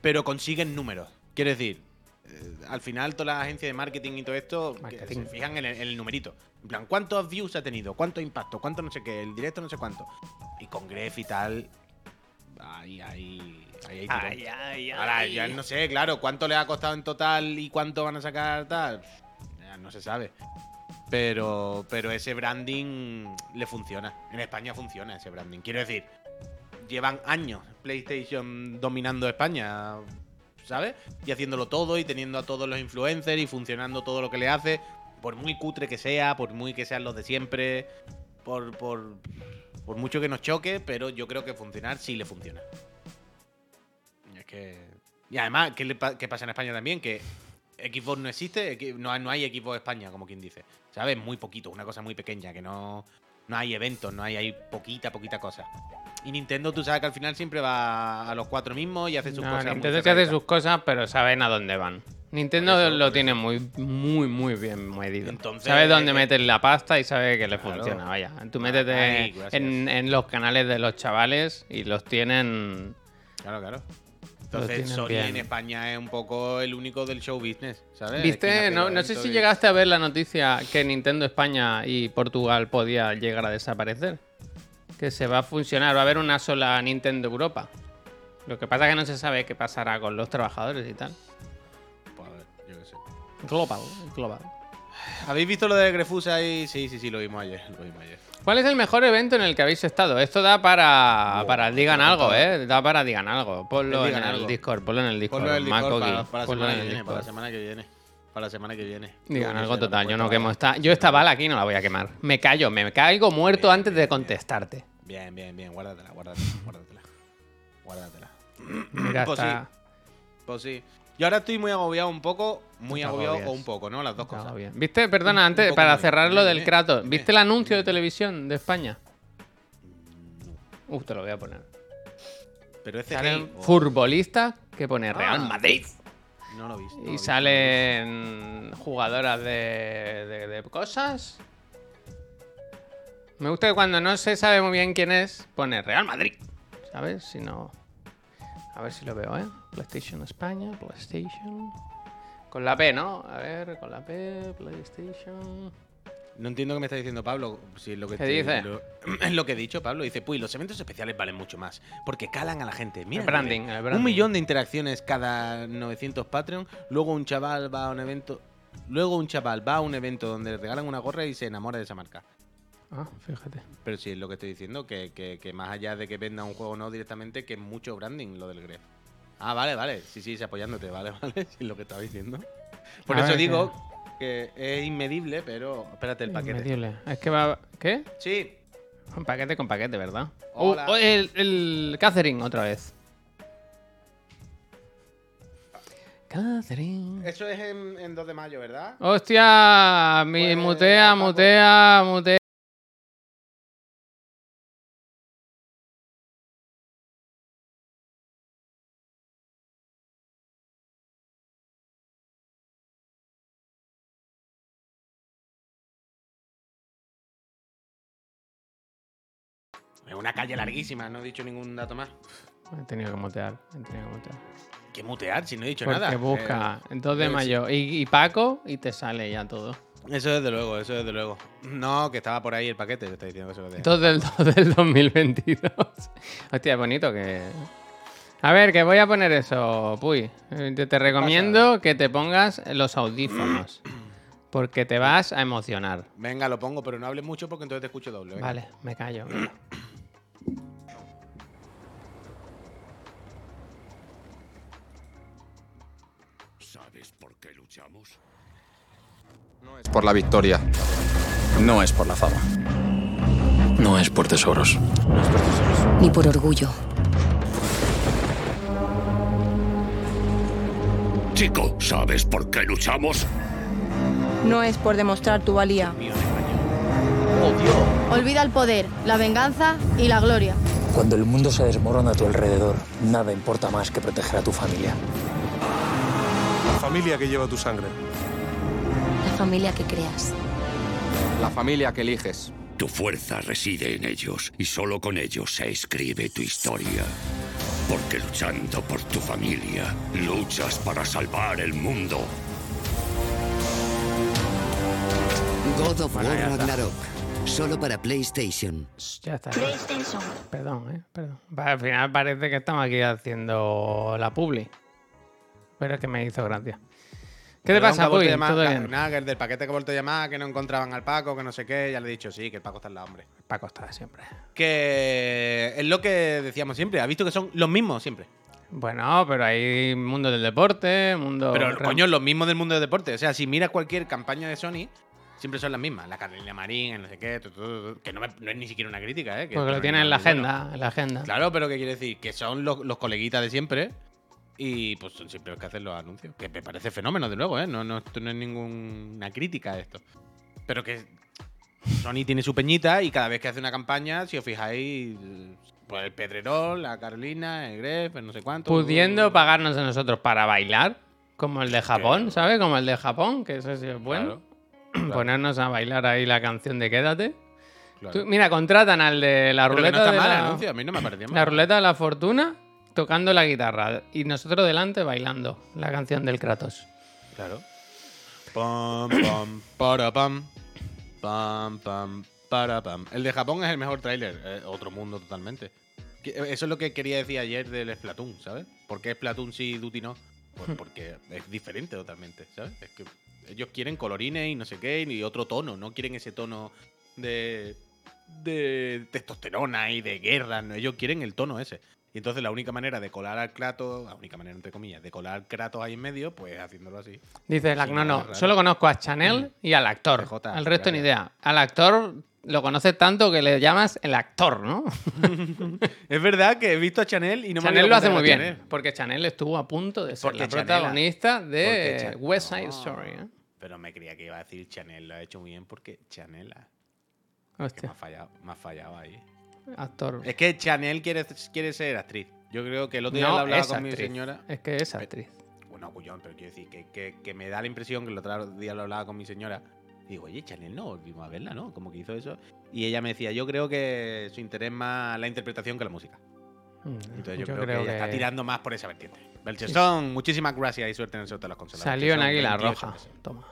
S2: Pero consiguen números. Quiero decir, eh, al final todas las agencias de marketing y todo esto que
S1: Marketing.
S2: se fijan en el, en el numerito. En plan, ¿cuántos views ha tenido? ¿Cuánto impacto? ¿Cuánto no sé qué? El directo no sé cuánto. Y con Gref y tal, Ahí, ahí, ahí, ahí. tirón. Ahora, ya no sé, claro, cuánto le ha costado en total y cuánto van a sacar tal. Ya no se sabe. Pero, pero ese branding le funciona. En España funciona ese branding. Quiero decir, llevan años PlayStation dominando España, ¿sabes? Y haciéndolo todo y teniendo a todos los influencers y funcionando todo lo que le hace. Por muy cutre que sea, por muy que sean los de siempre, por, por, por mucho que nos choque, pero yo creo que funcionar sí le funciona. Y Es que... Y además, ¿qué, le pa- qué pasa en España también? Que Xbox no existe, que no, hay- no hay Xbox España, como quien dice. ¿Sabes? Muy poquito, una cosa muy pequeña, que no, no hay eventos, no hay, hay poquita, poquita cosa. Y Nintendo, tú sabes que al final siempre va a los cuatro mismos y hace sus
S1: No,
S2: cosas. muy
S1: Nintendo se hace
S2: cerraditas.
S1: sus cosas, pero saben a dónde van. Nintendo
S2: Por eso,
S1: lo
S2: por
S1: tiene muy, muy, muy bien medido.
S2: Entonces,
S1: sabe dónde
S2: eh,
S1: meter la pasta y sabe que le
S2: Claro.
S1: funciona. Vaya, tú
S2: Ah,
S1: métete
S2: ahí, gracias.
S1: en, en los canales de los chavales y los tienen.
S2: Claro, claro.
S1: tienen
S2: Entonces, Sony
S1: bien.
S2: en España es un poco el único del show business, ¿sabes?
S1: ¿Viste?
S2: Esquina,
S1: No,
S2: pero
S1: no sé
S2: evento
S1: si
S2: y-
S1: llegaste a ver la noticia que Nintendo España y Portugal podía llegar a desaparecer. Que se va a funcionar, va a haber una sola Nintendo Europa. Lo que pasa es que no se sabe qué pasará con los trabajadores y tal.
S2: Pues, yo qué sé.
S1: Global, global.
S2: ¿Habéis visto lo de Grefus ahí? Sí, sí, sí, lo vimos ayer. Lo vimos ayer.
S1: ¿Cuál es el mejor evento en el que habéis estado? Esto da para.
S2: Buah,
S1: para digan
S2: da
S1: algo,
S2: para
S1: ¿eh? Da para digan algo. Ponlo
S2: El
S1: en
S2: digan
S1: el
S2: algo.
S1: Discord, ponlo en el Discord.
S2: Ponlo en el Discord
S1: Macoqui,
S2: para, para la
S1: ponlo
S2: semana
S1: en el
S2: que viene, para la
S1: Discord.
S2: semana que viene. Para la semana que viene. Pues
S1: Digan
S2: Yo
S1: algo
S2: sé, lo
S1: total, yo no
S2: cuento
S1: quemo
S2: ahora.
S1: esta. Yo esta bala aquí no la voy a quemar. Me callo, me caigo muerto
S2: Bien,
S1: antes
S2: bien,
S1: de
S2: bien.
S1: contestarte.
S2: Bien, bien, bien. Guárdatela, guárdatela, guárdatela. Guárdatela.
S1: Mira,
S2: Pues
S1: está,
S2: Pues sí. Yo ahora estoy muy agobiado un poco, muy
S1: Te
S2: agobiado
S1: agobias.
S2: o un poco, ¿no? Las dos
S1: está
S2: cosas.
S1: bien. ¿Viste? Perdona,
S2: Un- un
S1: antes,
S2: poco
S1: para
S2: más.
S1: cerrar lo
S2: Dime,
S1: del
S2: dime,
S1: Kratos.
S2: dime.
S1: ¿Viste el anuncio de televisión de España?
S2: Mm.
S1: Uf, te lo voy a poner.
S2: Pero este
S1: Salen
S2: hate-
S1: futbolistas que pone Real
S2: Ah.
S1: Madrid.
S2: No lo he visto. no lo he
S1: Y
S2: visto.
S1: salen jugadoras de, de- de cosas. Me gusta que cuando no se sabe muy bien quién es, pone Real Madrid. ¿Sabes? Si no. A ver si lo veo, ¿eh? PlayStation España, PlayStation. Con la P, ¿no? A ver, con la P, PlayStation.
S2: No entiendo qué me está diciendo Pablo. Si es lo que
S1: ¿Qué
S2: te-
S1: dice?
S2: lo- es lo que he dicho, Pablo. Dice, pues los eventos especiales valen mucho más. Porque calan a la gente. Mira,
S1: El branding, el branding.
S2: Un millón de interacciones cada 900 Patreon. Luego un chaval va a un evento. Luego un chaval va a un evento donde le regalan una gorra y se enamora de esa marca.
S1: Ah, fíjate.
S2: Pero sí es lo que estoy diciendo, que, que- que más allá de que venda un juego o no directamente, que es mucho branding lo del Gref. Ah, vale, vale. Sí, sí, sí, apoyándote, vale, vale. Sí, es lo que estaba diciendo. Por
S1: A
S2: eso
S1: ver,
S2: digo que es inmedible, pero espérate el paquete.
S1: Inmedible. Es que va. ¿Qué?
S2: Sí,
S1: Un paquete con paquete, ¿verdad?
S2: Hola.
S1: Oh, oh, el, el Catherine otra vez. Catherine.
S2: Eso es en, en 2 de mayo, ¿verdad?
S1: Hostia, mi
S2: Pues,
S1: mutea,
S2: Paco.
S1: mutea, mutea.
S2: Es una calle larguísima, no he dicho ningún dato más.
S1: He tenido que mutear, he tenido que mutear.
S2: Que mutear si no he dicho
S1: Porque
S2: nada.
S1: busca el 2 de
S2: eh, sí.
S1: mayo y, y Paco y te sale ya todo.
S2: Eh, eso desde luego, eso desde luego. No, que estaba por ahí el paquete, te estoy diciendo que se lo deje.
S1: Todo del 2 del 2022. Hostia, es bonito que. A ver, que voy a poner eso, Puy. Eh, Te, te recomiendo que te pongas los audífonos. Porque te vas a emocionar.
S2: Venga, lo pongo, pero no hables mucho porque entonces te escucho doble. venga.
S1: Vale, me callo. venga.
S4: ¿Sabes por qué luchamos?
S5: por la victoria. No es por la fama. No es por tesoros.
S6: ni por orgullo.
S4: Chico, ¿sabes por qué luchamos?
S7: No es por demostrar tu valía. Olvida el poder, la venganza y la gloria.
S8: Cuando el mundo se desmorona a tu alrededor, nada importa más que proteger a tu familia.
S9: La familia que lleva tu sangre.
S6: La familia que creas.
S5: La familia que eliges.
S4: Tu fuerza reside en ellos y solo con ellos se escribe tu historia. Porque luchando por tu familia, luchas para salvar el mundo.
S10: God of War Ragnarok. Solo para PlayStation.
S1: Ya está. Perdón, eh, perdón. Va, Al final parece que estamos aquí haciendo la publi. Pero es que me hizo gracia. ¿Qué te
S2: Perdón, que
S1: pasa,
S2: ha vuelto
S1: Puy?
S2: a llamar,
S1: ¿Todo
S2: que-
S1: bien?
S2: Nada, que el del paquete que ha vuelto a llamar, que no encontraban al Paco, que no sé qué, ya le he dicho, sí, que el Paco está en la hombre.
S1: Paco está siempre.
S2: Que es lo que decíamos siempre, ha visto que son los mismos siempre.
S1: Bueno, pero hay mundo del deporte, mundo.
S2: Pero,
S1: re-
S2: coño, los mismos del mundo del deporte. O sea, si miras cualquier campaña de Sony, siempre son las mismas. La Carolina Marín, el no sé qué, tu, tu, tu, tu, que no, me- no es ni siquiera una crítica, ¿eh? que
S1: Porque
S2: no
S1: lo
S2: es
S1: tiene en la
S2: nada muy bueno.
S1: agenda, en la agenda.
S2: Claro, pero ¿qué quiere decir? Que son los, los coleguitas de siempre y pues son siempre los que hacen los anuncios. Que me parece fenómeno, de luego, ¿eh? No, no, esto no es ninguna crítica a esto. Pero que Sony tiene su peñita y cada vez que hace una campaña, si os fijáis, pues el Pedrerol, la Carolina, el Gref, el no sé cuánto.
S1: Pudiendo pagarnos a nosotros para bailar, como el de Japón, ¿sabes? Como el de Japón, que eso sí es bueno. Ponernos a bailar ahí la canción de Quédate.
S2: Claro.
S1: Tú- mira, contratan al de la
S2: Pero que no
S1: ruleta
S2: está
S1: de
S2: mal el
S1: la-
S2: anuncio, a mí no me parecía mal.
S1: la ruleta de la fortuna tocando la guitarra y nosotros delante bailando la canción del Kratos.
S2: Claro. Pam, pam, para, pam. Pam, pam, para, pam. El de Japón es el mejor tráiler. eh, otro mundo totalmente. Que- eh, Eso es lo que quería decir ayer del Splatoon, ¿sabes? ¿Por qué Splatoon sí y Duty no? Pues porque es diferente totalmente, ¿sabes? Es que ellos quieren colorines y no sé qué y otro tono. No quieren ese tono de, de testosterona y de guerra. ¿no? Ellos quieren el tono ese. Y entonces la única manera de colar al Kratos, la única manera entre comillas, de colar al Kratos ahí en medio, pues haciéndolo así.
S1: Dice Lack,
S2: Sí,
S1: no,
S2: no,
S1: no,
S2: es raro. Mm.
S1: solo conozco a Chanel y al actor.
S2: CJ,
S1: al resto ni
S2: gracias.
S1: idea. Al actor lo conoces tanto que le llamas el actor, ¿no?
S2: Es verdad que he visto a Chanel y no me
S1: Chanel
S2: había
S1: lo hace
S2: dado
S1: muy
S2: cuenta
S1: bien,
S2: que era Chanel.
S1: porque Chanel estuvo a punto de ser
S2: Porque
S1: la
S2: Chanel-
S1: protagonista de
S2: porque Chan-
S1: West Side
S2: No.
S1: Story. ¿eh?
S2: Pero me creía que iba a decir Chanel, lo ha hecho muy bien porque Chanel ha- que me ha
S1: Hostia,
S2: fallado, me ha fallado ahí.
S1: actor.
S2: Es que Chanel quiere, quiere ser actriz. Yo creo que el otro día lo
S1: No,
S2: hablaba
S1: es
S2: con
S1: actriz.
S2: mi señora.
S1: Es que es actriz.
S2: Bueno, mogollón, pero quiero decir que, que- que me da la impresión que el otro día lo hablaba con mi señora. Y digo, oye, Chanel no volvimos a verla, ¿no? Como que hizo eso. Y ella me decía, yo creo que su interés más la interpretación que la música.
S1: Mm,
S2: Entonces yo, creo, que, ella está tirando más por esa vertiente. Belchestón, muchísimas gracias y suerte en el sorteo de las consolas.
S1: Salió en
S2: Belchestón,
S1: Águila
S2: 28
S1: Roja.
S2: meses.
S1: Toma.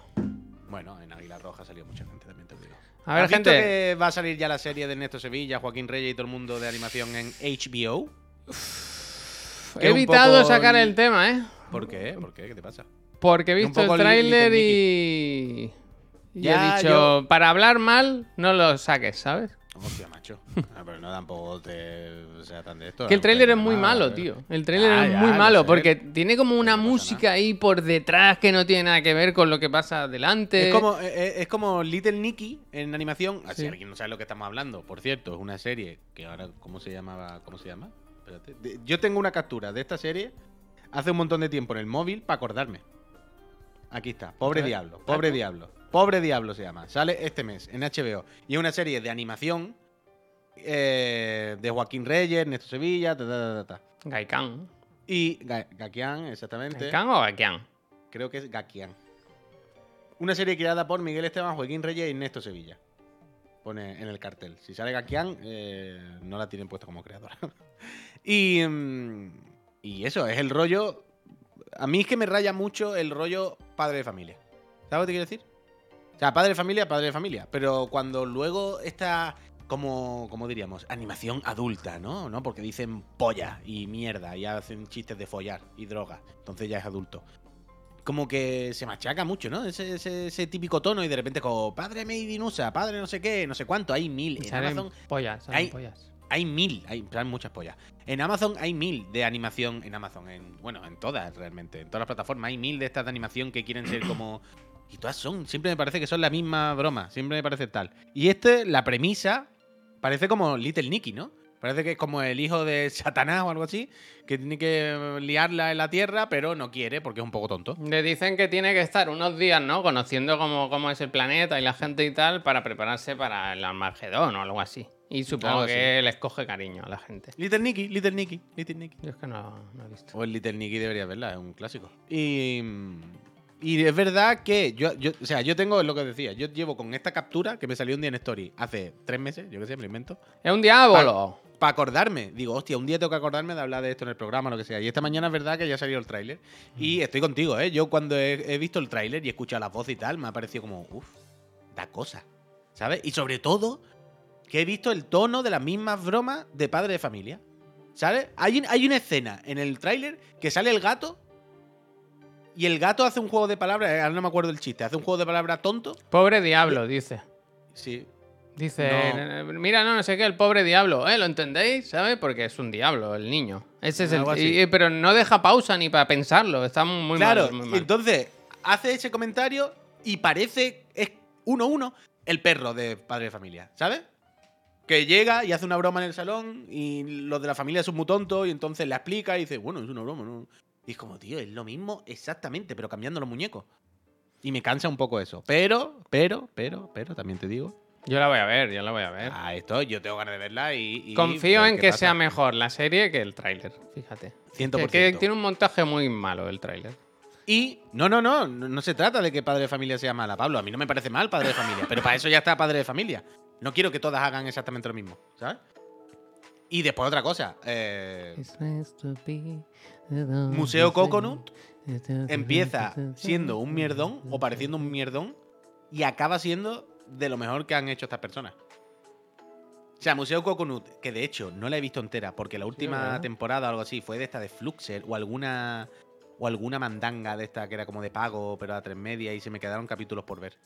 S2: Bueno, en Águila Roja salió mucha gente también, te lo digo.
S1: A ver,
S2: ¿Has visto
S1: gente.
S2: que va a salir ya la serie de Ernesto Sevilla, Joaquín Reyes y todo el mundo de animación en HBO?
S1: He evitado sacar el tema, ¿eh?
S2: ¿Por qué? ¿Por qué? ¿Qué te pasa?
S1: Porque he
S2: Un
S1: visto
S2: poco
S1: el
S2: Little
S1: tráiler
S2: Nicky.
S1: y... y
S2: Ya,
S1: he dicho,
S2: yo-
S1: para hablar mal, no lo saques, ¿sabes?
S2: Hostia, macho. Ah, pero no tampoco te sea tan de esto.
S1: Que el
S2: no
S1: tráiler
S2: te
S1: es muy
S2: nada,
S1: malo,
S2: pero-
S1: tío. El tráiler
S2: Ya,
S1: es
S2: ya,
S1: muy
S2: lo
S1: malo
S2: sé.
S1: porque tiene como una música ahí por detrás que no tiene nada que ver con lo que pasa adelante.
S2: Es como, eh, eh, es como Little Nicky en animación. Ah, Si
S1: Este, Sí.
S2: alguien no sabe lo que estamos hablando, por cierto, es una serie que ahora, ¿cómo se llamaba? ¿Cómo se llama? Espérate. De- yo tengo una captura de esta serie hace un montón de tiempo en el móvil para acordarme. Aquí está, Pobre
S1: Otra vez. Ah,
S2: Diablo, Pobre
S1: Taco.
S2: Diablo. Pobre Diablo se llama. Sale este mes en HBO. Y es una serie de animación eh, de Joaquín Reyes, Néstor Sevilla, ta, ta, ta, ta, ta.
S1: Gaikan.
S2: Y Ga- Gakian, exactamente.
S1: ¿Gaikan o Gaikan?
S2: Creo que es Gakian. Una serie creada por Miguel Esteban, Joaquín Reyes y Ernesto Sevilla. Pone en el cartel. Si sale Gakian, eh, no la tienen puesta como creadora. y, mm, y eso, es el rollo. A mí es que me raya mucho el rollo padre de familia. ¿Sabes lo que te quiero decir? O sea, padre de familia, padre de familia. Pero cuando luego está como, como diríamos, animación adulta, ¿no? ¿no? Porque dicen polla y mierda y hacen chistes de follar y droga. Entonces ya es adulto. Como que se machaca mucho, ¿no? Ese, ese- ese típico tono y de repente como, padre Made in USA, padre no sé qué, no sé cuánto, hay mil. En
S1: Salen
S2: Amazon
S1: pollas, salen
S2: hay-
S1: pollas.
S2: hay mil, hay en plan, muchas pollas. En Amazon hay mil de animación, en Amazon, en, bueno, en todas realmente, en todas las plataformas hay mil de estas de animación que quieren ser como... Y todas son, siempre me parece que son la misma broma, siempre me parece tal. Y este, la premisa, parece como Little Nicky, ¿no? Parece que es como el hijo de Satanás o algo así, que tiene que liarla en la tierra, pero no quiere porque es un poco tonto.
S1: Le dicen que tiene que estar unos días, ¿no? Conociendo cómo, cómo es el planeta y la gente y tal para prepararse para el Armagedón o algo así. Y supongo
S2: Algo así.
S1: que les coge cariño a la gente.
S2: Little Nicky, Little Nicky, Little Nicky.
S1: Yo es que no, no he visto.
S2: O el Little Nicky debería verla, es un clásico. Y, mm, y es verdad que yo, yo- o sea, yo tengo es lo que decía, yo llevo con esta captura que me salió un día en Story hace tres meses, yo que sé, me lo invento,
S1: ¡Es un diablo!
S2: para acordarme. Digo, hostia, un día tengo que acordarme de hablar de esto en el programa, lo que sea. Y esta mañana es verdad que ya salió el tráiler. Y estoy contigo, ¿eh? Yo cuando he, he visto el tráiler y he escuchado las voces y tal, me ha parecido como, uff, da cosa, ¿sabes? Y sobre todo, que he visto el tono de las mismas bromas de padre de familia. ¿Sabes? Hay, un- hay una escena en el tráiler que sale el gato y el gato hace un juego de palabras, eh, ahora no me acuerdo el chiste, hace un juego de palabras tonto.
S1: Pobre diablo, dice.
S2: Sí,
S1: Dice,
S2: No.
S1: mira, no, no sé qué, el pobre diablo. ¿Eh? ¿Lo entendéis? ¿Sabes? Porque es un diablo, el niño. Ese es el.
S2: Algo así.
S1: y- y- pero no deja pausa ni para pensarlo. Está muy
S2: claro,
S1: mal. muy mal.
S2: entonces hace ese comentario y parece es uno uno el perro de padre de familia, ¿sabes? Que llega y hace una broma en el salón y los de la familia son muy tontos y entonces la explica y dice, bueno, es una broma, ¿no? Y es como, tío, es lo mismo exactamente, pero cambiando los muñecos. Y me cansa un poco eso. Pero, pero, pero, pero, también te digo.
S1: Yo la voy a ver, yo la voy a ver.
S2: A esto yo tengo ganas de verla y. y
S1: Eh. Confío
S2: ver
S1: en
S2: qué
S1: que
S2: pasa.
S1: sea mejor la serie que el tráiler, fíjate.
S2: 100%.
S1: Que, que tiene un montaje muy malo el tráiler.
S2: Y no, no, no, no no se trata de que padre de familia sea mala, Pablo. A mí no me parece mal padre de familia, pero para eso ya está padre de familia. No quiero que todas hagan exactamente lo mismo, ¿sabes? Y después otra cosa, eh, Museo Coconut empieza siendo un mierdón o pareciendo un mierdón y acaba siendo de lo mejor que han hecho estas personas. O sea, Museo Coconut, que de hecho no la he visto entera, porque la última
S1: ¿verdad?
S2: temporada o algo así fue de esta de Fluxer o alguna o alguna mandanga de esta que era como de pago, pero a tres media y se me quedaron capítulos por ver.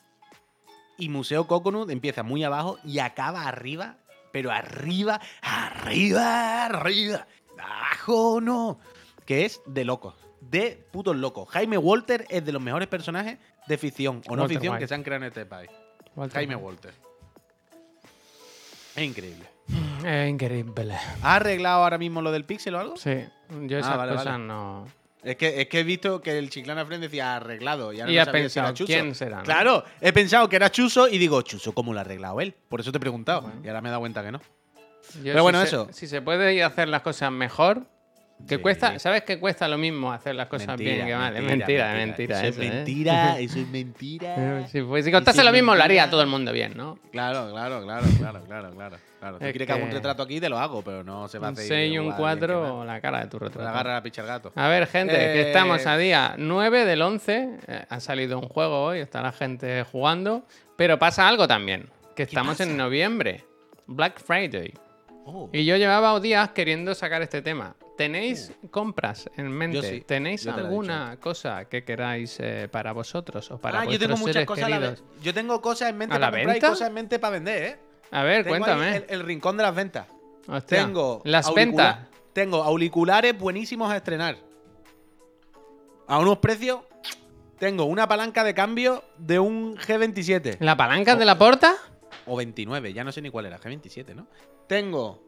S2: Y Museo Coconut empieza muy abajo y acaba arriba, pero arriba, arriba, arriba. Abajo no. Que es de locos. De putos locos. Jaime Walter es de los mejores personajes de ficción o no
S1: Walter
S2: ficción
S1: White.
S2: que se han creado en este país. Jaime Walter. Es increíble.
S1: Es Eh, increíble.
S2: ¿Ha arreglado ahora mismo lo del pixel o algo?
S1: Sí, yo esas
S2: Ah, vale,
S1: cosas
S2: vale.
S1: no.
S2: Es que, es que he visto que el chiclana frente decía arreglado. Y, ahora
S1: Y
S2: no
S1: ha
S2: sabía si era
S1: pensado,
S2: Chuso.
S1: ¿quién será? no?
S2: Claro, he pensado que era Chuso y digo, Chuso, ¿cómo lo ha arreglado él? Por eso te he preguntado. Y ahora me he dado cuenta que no.
S1: Yo
S2: Pero bueno,
S1: se-
S2: eso.
S1: Si se puede ir a hacer las cosas mejor, Que cuesta, ¿sabes que cuesta lo mismo hacer las cosas bien que mal? Es mentira, es mentira.
S2: Eso es
S1: eso, ¿eh?
S2: mentira, eso es mentira.
S1: Sí, pues si
S2: Eso
S1: contase
S2: es
S1: lo mismo, lo haría
S2: mentira.
S1: todo el mundo bien, ¿no?
S2: Claro, claro, claro, claro, claro, claro. claro. Tú
S1: Es
S2: quieres que haga un
S1: que-
S2: retrato aquí, te lo hago, pero no se va a
S1: Un
S2: hacer.
S1: 6 y un
S2: igual,
S1: 4, la cara de tu
S2: bien
S1: retrato.
S2: que mal.
S1: Ah,
S2: Le agarra la picha al gato.
S1: A ver, gente, que
S2: Eh,
S1: estamos a día 9 del 11. eh, ha salido un juego hoy, está la gente jugando. Pero pasa algo también, que estamos en noviembre, Black Friday.
S2: Oh.
S1: Y yo llevaba días queriendo sacar este tema. ¿Tenéis compras en mente?
S2: Uh. Yo sí,
S1: ¿Tenéis
S2: yo te lo he
S1: alguna cosa que queráis eh, para vosotros o para
S2: ah, yo
S1: vuestros
S2: tengo muchas
S1: seres
S2: cosas a la
S1: queridos?
S2: vez. Yo tengo cosas en mente
S1: ¿A la
S2: para comprar
S1: venta?
S2: y cosas en mente para vender, ¿eh?
S1: A ver,
S2: Tengo ahí
S1: cuéntame.
S2: El, el rincón de las ventas.
S1: Hostia,
S2: Tengo.
S1: las
S2: auricula-
S1: ventas.
S2: Tengo auriculares buenísimos a estrenar. A unos precios. Tengo una palanca de cambio de un G27.
S1: ¿La palanca de
S2: Oh.
S1: la porta?
S2: O 29, ya no sé ni cuál era, G27, ¿no? Tengo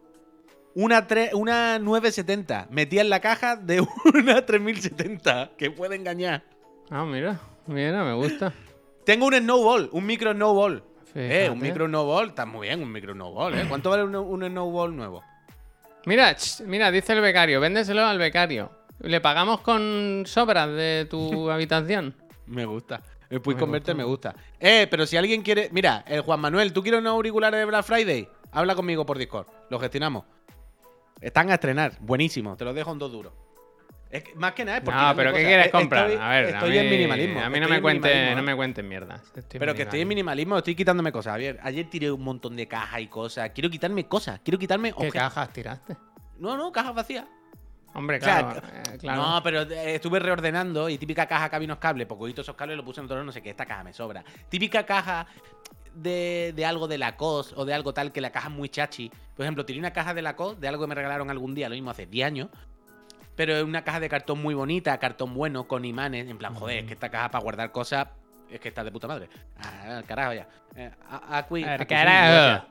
S2: una, tre- una 970 metida en la caja de una 3070, que puede engañar.
S1: Ah, mira, mira, me gusta.
S2: Tengo un snowball, un micro snowball. Eh,
S1: Fíjate.
S2: un micro snowball, está muy bien, un micro snowball, ¿eh? ¿Cuánto vale un, un snowball nuevo?
S1: Mira, ch, mira, dice el becario, véndeselo al becario. Le pagamos con sobras de tu habitación.
S2: Me gusta. El Puig Converter me gusta. Eh, pero si alguien quiere. Mira, el Juan Manuel, ¿tú quieres unos auriculares de Black Friday? Habla conmigo por Discord, lo gestionamos. Están a estrenar, buenísimo, te los dejo en dos duros. Es que- más que nada es porque.
S1: No, pero ¿qué quieres comprar? a ver,
S2: Eh, estoy
S1: a mí,
S2: en minimalismo.
S1: A mí no
S2: estoy
S1: me,
S2: en
S1: cuente,
S2: minimalismo,
S1: no
S2: ¿eh?
S1: me cuenten mierdas. Estoy
S2: Pero que estoy en minimalismo, estoy quitándome cosas. Javier, ayer tiré un montón de cajas y cosas. Quiero quitarme cosas, quiero quitarme
S1: ¿Qué
S2: objetos.
S1: cajas tiraste?
S2: No, no, cajas vacías.
S1: Hombre,
S2: O sea,
S1: claro. eh, claro.
S2: No, pero eh, estuve reordenando y típica caja que había unos cables, porque cogí todos esos cables y los puse en otro lado, no sé qué, esta caja me sobra. Típica caja de, de algo de Lacoste o de algo tal que la caja es muy chachi. Por ejemplo, tiré una caja de Lacoste de algo que me regalaron algún día, lo mismo hace 10 años. Pero es una caja de cartón muy bonita, cartón bueno, con imanes. En plan, joder, es que esta caja para guardar cosas es que está de puta madre. Ah, al carajo ya. Eh, a- aquí-
S1: Al
S2: aquí sí,
S1: carajo.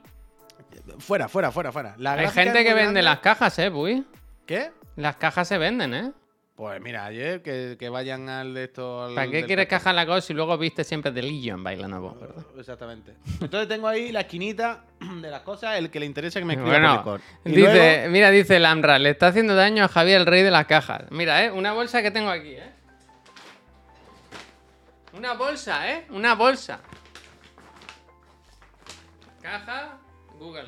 S2: gracias. Fuera, fuera, fuera, fuera. La
S1: Hay
S2: gráfica es
S1: eh, gente que
S2: muy
S1: vende
S2: grande.
S1: las cajas, ¿eh, Puy?
S2: ¿Qué?
S1: Las cajas se venden, ¿eh?
S2: Pues mira, ayer que, que vayan al de estos. al
S1: ¿Para qué
S2: del
S1: quieres
S2: cartón.
S1: cajas la cosa si luego viste siempre de Legion bailando vos, verdad?
S2: Exactamente. Entonces tengo ahí la esquinita de las cosas, el que le interesa que me escriba
S1: Bueno,
S2: por Discord. Y
S1: dice,
S2: luego-
S1: mira, dice el Amra, le está haciendo daño a Javier el rey de las cajas. Mira, eh, una bolsa que tengo aquí, eh. Una bolsa, eh, una bolsa. Caja, Google,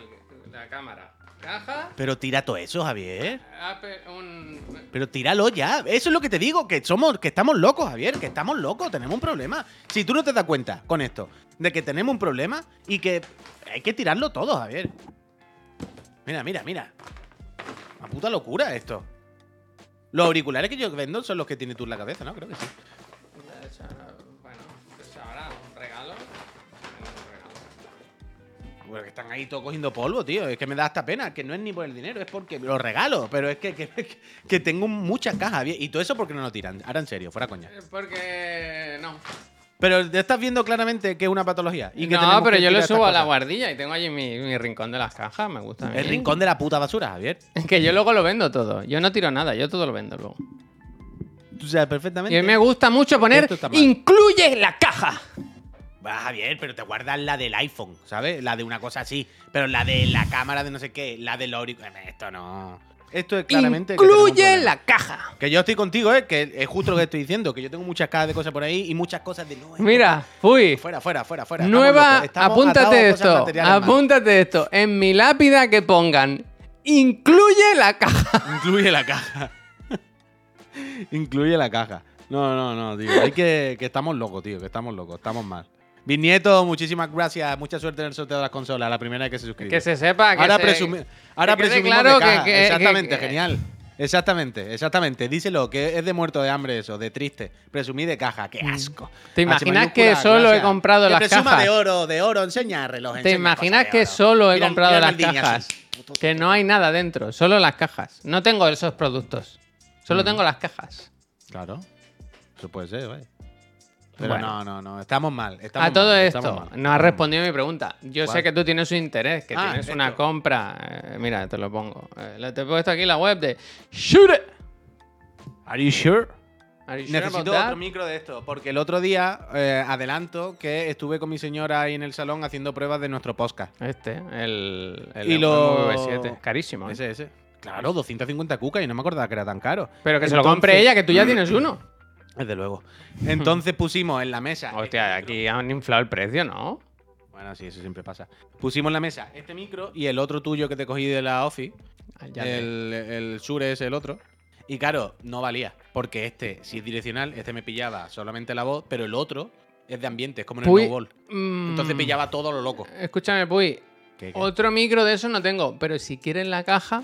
S1: la cámara. Caja,
S2: Pero tira todo eso, Javier.
S1: Apple, un...
S2: Pero tíralo ya. Eso es lo que te digo, que somos, que estamos locos, Javier, que estamos locos, tenemos un problema. Si tú no te das cuenta con esto, de que tenemos un problema y que hay que tirarlo todo, Javier. Mira, mira, mira. Una puta locura esto. Los auriculares que yo vendo son los que tienes tú en la cabeza, ¿no? Creo que sí.
S1: Bueno, pues ahora un regalo. Un regalo.
S2: Bueno, que están ahí todos cogiendo polvo, tío. Es que me da hasta pena. Que no es ni por el dinero, es porque los regalo. Pero es que, que, que tengo muchas cajas. bien. Y todo eso porque no lo tiran. Ahora en serio, fuera coña.
S1: Eh, Porque no.
S2: Pero te estás viendo claramente que es una patología. Y que
S1: no,
S2: tenemos
S1: pero
S2: que
S1: yo lo
S2: tirar estas
S1: subo a la ¿eh?
S2: cosas.
S1: guardilla y tengo allí mi, mi rincón de las cajas, me gusta. a
S2: El
S1: mí.
S2: rincón de la puta basura, Javier.
S1: Que yo luego lo vendo todo. Yo no tiro nada, yo todo lo vendo luego.
S2: Tú sabes
S1: Y
S2: perfectamente.
S1: a mí me gusta mucho poner
S2: Esto está mal.
S1: incluye la caja.
S2: Va, Javier, pero te guardas la del iPhone, ¿sabes? La de una cosa así. Pero la de la cámara de no sé qué, la del auricular. Esto no. Esto es claramente. que tenemos un
S1: incluye
S2: problema.
S1: la caja.
S2: Que yo estoy contigo, ¿eh? Que es justo lo que estoy diciendo. Que yo tengo muchas cajas de cosas por ahí y muchas cosas de no. es que
S1: Mira, fui.
S2: Fuera, fuera, fuera, fuera. Estamos
S1: Nueva,
S2: locos. Estamos
S1: apúntate
S2: atados a cosas
S1: esto.
S2: materiales, man.
S1: Apúntate esto. En mi lápida que pongan incluye la caja.
S2: Incluye la caja. Incluye la caja. No, no, no, tío. Hay que, que estamos locos, tío. Que estamos locos. Estamos mal. Bisnieto, muchísimas gracias. Mucha suerte en el sorteo de las consolas. La primera vez que se suscribe.
S1: Que se sepa Ah, que
S2: ahora
S1: se-
S2: presumi- ahora
S1: que quede
S2: presumimos de
S1: claro que-
S2: caja.
S1: que- que-
S2: Exactamente,
S1: que-
S2: genial. Exactamente, exactamente. Díselo, que es de muerto de hambre eso, de triste. Presumí de caja, qué asco.
S1: Mm. ¿Te
S2: H
S1: imaginas que
S2: mayúscula,
S1: solo he
S2: gracias.
S1: comprado
S2: Que
S1: las
S2: presuma
S1: cajas?
S2: de oro, de oro, enseña reloj.
S1: ¿Te
S2: enseña
S1: imaginas
S2: cosas de
S1: que
S2: oro.
S1: solo he
S2: Mira-
S1: comprado
S2: mira
S1: las
S2: Maldini así.
S1: cajas? Que no hay nada dentro, solo las cajas. No tengo esos productos.
S2: Mm.
S1: Solo tengo las cajas.
S2: Claro. Eso puede ser, vaya. Pero
S1: Bueno.
S2: no, no, no. Estamos mal. Estamos
S1: a todo
S2: mal, estamos
S1: esto,
S2: mal.
S1: no has respondido a mi pregunta. Yo
S2: ¿Cuál?
S1: sé que tú tienes un interés, que
S2: Ah,
S1: tienes
S2: esto.
S1: una compra. Eh, mira, te lo pongo. Eh, lo- te he puesto aquí en la web de Shoot it.
S2: Are you sure?
S1: Are you sure about
S2: Necesito
S1: that?
S2: otro micro de esto, porque el otro día eh, adelanto que estuve con mi señora ahí en el salón haciendo pruebas de nuestro podcast.
S1: Este, el, el
S2: Y lo-
S1: V7. Carísimo. ¿eh?
S2: Ese, ese. Claro, 250 cucas y no me acordaba que era tan caro.
S1: Pero que se lo compre ella, que tú ya tienes uno.
S2: Desde luego. Entonces pusimos en la mesa. este
S1: Hostia, aquí han inflado el precio, ¿no?
S2: Bueno, sí, eso siempre pasa. Pusimos en la mesa este micro y el otro tuyo que te cogí de la Office.
S1: ya
S2: el, el Shure es el otro. Y claro, no valía. Porque este, si es direccional, este me pillaba solamente la voz, pero el otro es de ambiente, es como en el
S1: Puy,
S2: Snowball. Entonces
S1: mm.
S2: pillaba todo lo loco.
S1: Escúchame, Puy.
S2: ¿Qué, qué?
S1: Otro micro de eso no tengo, pero si quieres la caja.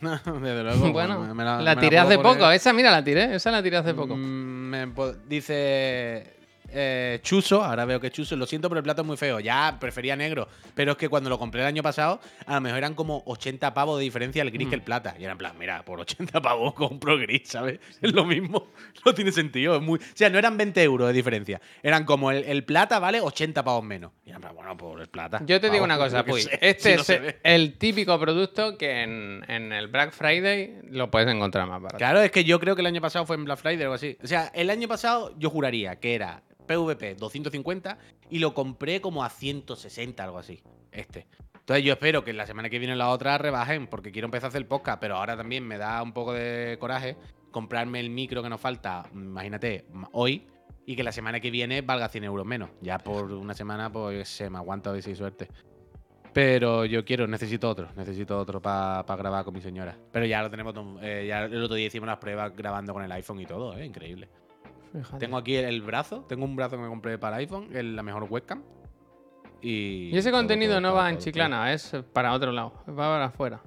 S2: Desde luego.
S1: bueno,
S2: me- me
S1: la,
S2: me
S1: tiré
S2: puedo
S1: hace
S2: poner.
S1: poco. Esa, mira, la tiré. Esa la tiré hace poco.
S2: Mm, me po- dice eh, Chuso, ahora veo que Chuso, lo siento, pero el plato es muy feo. Ya prefería negro, pero es que cuando lo compré el año pasado, a lo mejor eran como 80 pavos de diferencia el gris que el
S1: Mm.
S2: plata. Y era en plan, mira, por 80 pavos compro gris, ¿sabes? Es lo mismo, no tiene sentido. Es muy... O sea, no eran 20 euros de diferencia, eran como el, el plata vale 80 pavos menos. Y era en plan, bueno, por el plata.
S1: Yo te digo
S2: pavos,
S1: una cosa,
S2: yo qué
S1: Puy.
S2: sé,
S1: Este
S2: si no
S1: es
S2: se ve.
S1: el típico producto que en, en el Black Friday lo puedes encontrar más barato.
S2: Claro, es que yo creo que el año pasado fue en Black Friday o algo así. O sea, el año pasado yo juraría que era PvP 250 y lo compré como a 160, algo así. Este. Entonces yo espero que la semana que viene o la otra rebajen, porque quiero empezar a hacer el podcast, pero ahora también me da un poco de coraje comprarme el micro que nos falta, imagínate, m- hoy, y que la semana que viene valga 100 euros menos. Ya por una semana, pues se me aguanta a ver si hay suerte. Pero yo quiero, necesito otro, necesito otro para grabar con mi señora. Pero ya lo tenemos, tom- eh, ya el otro día hicimos las pruebas grabando con el iPhone y todo, ¿eh? increíble.
S1: Fíjate.
S2: Tengo aquí el, el brazo, tengo un brazo que me compré para iPhone, el- la mejor webcam. Y,
S1: Y ese
S2: todo,
S1: contenido
S2: todo,
S1: no
S2: todo,
S1: va en
S2: todo, todo.
S1: Chiclana, es para otro lado, va para afuera.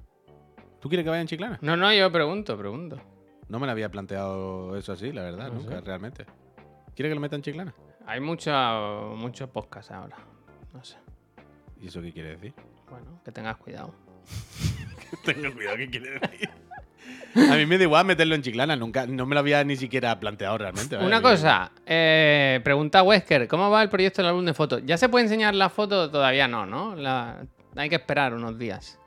S2: ¿Tú quieres que vaya en Chiclana?
S1: No, no, yo pregunto, pregunto.
S2: No me lo había planteado eso así, la verdad,
S1: No
S2: nunca,
S1: sé.
S2: realmente. ¿Quieres que lo meta en Chiclana?
S1: Hay mucho, mucho podcast ahora. No sé.
S2: ¿Y eso qué quiere decir?
S1: Bueno, que tengas cuidado.
S2: Tengo cuidado qué quiere decir. A mí me da igual meterlo en Chiclana, nunca, no me lo había ni siquiera planteado realmente. vaya,
S1: Una
S2: que-
S1: cosa, eh, pregunta Wesker, ¿cómo va el proyecto del álbum de fotos? ¿Ya se puede enseñar la foto? Todavía no, ¿no? La- Hay que esperar unos días.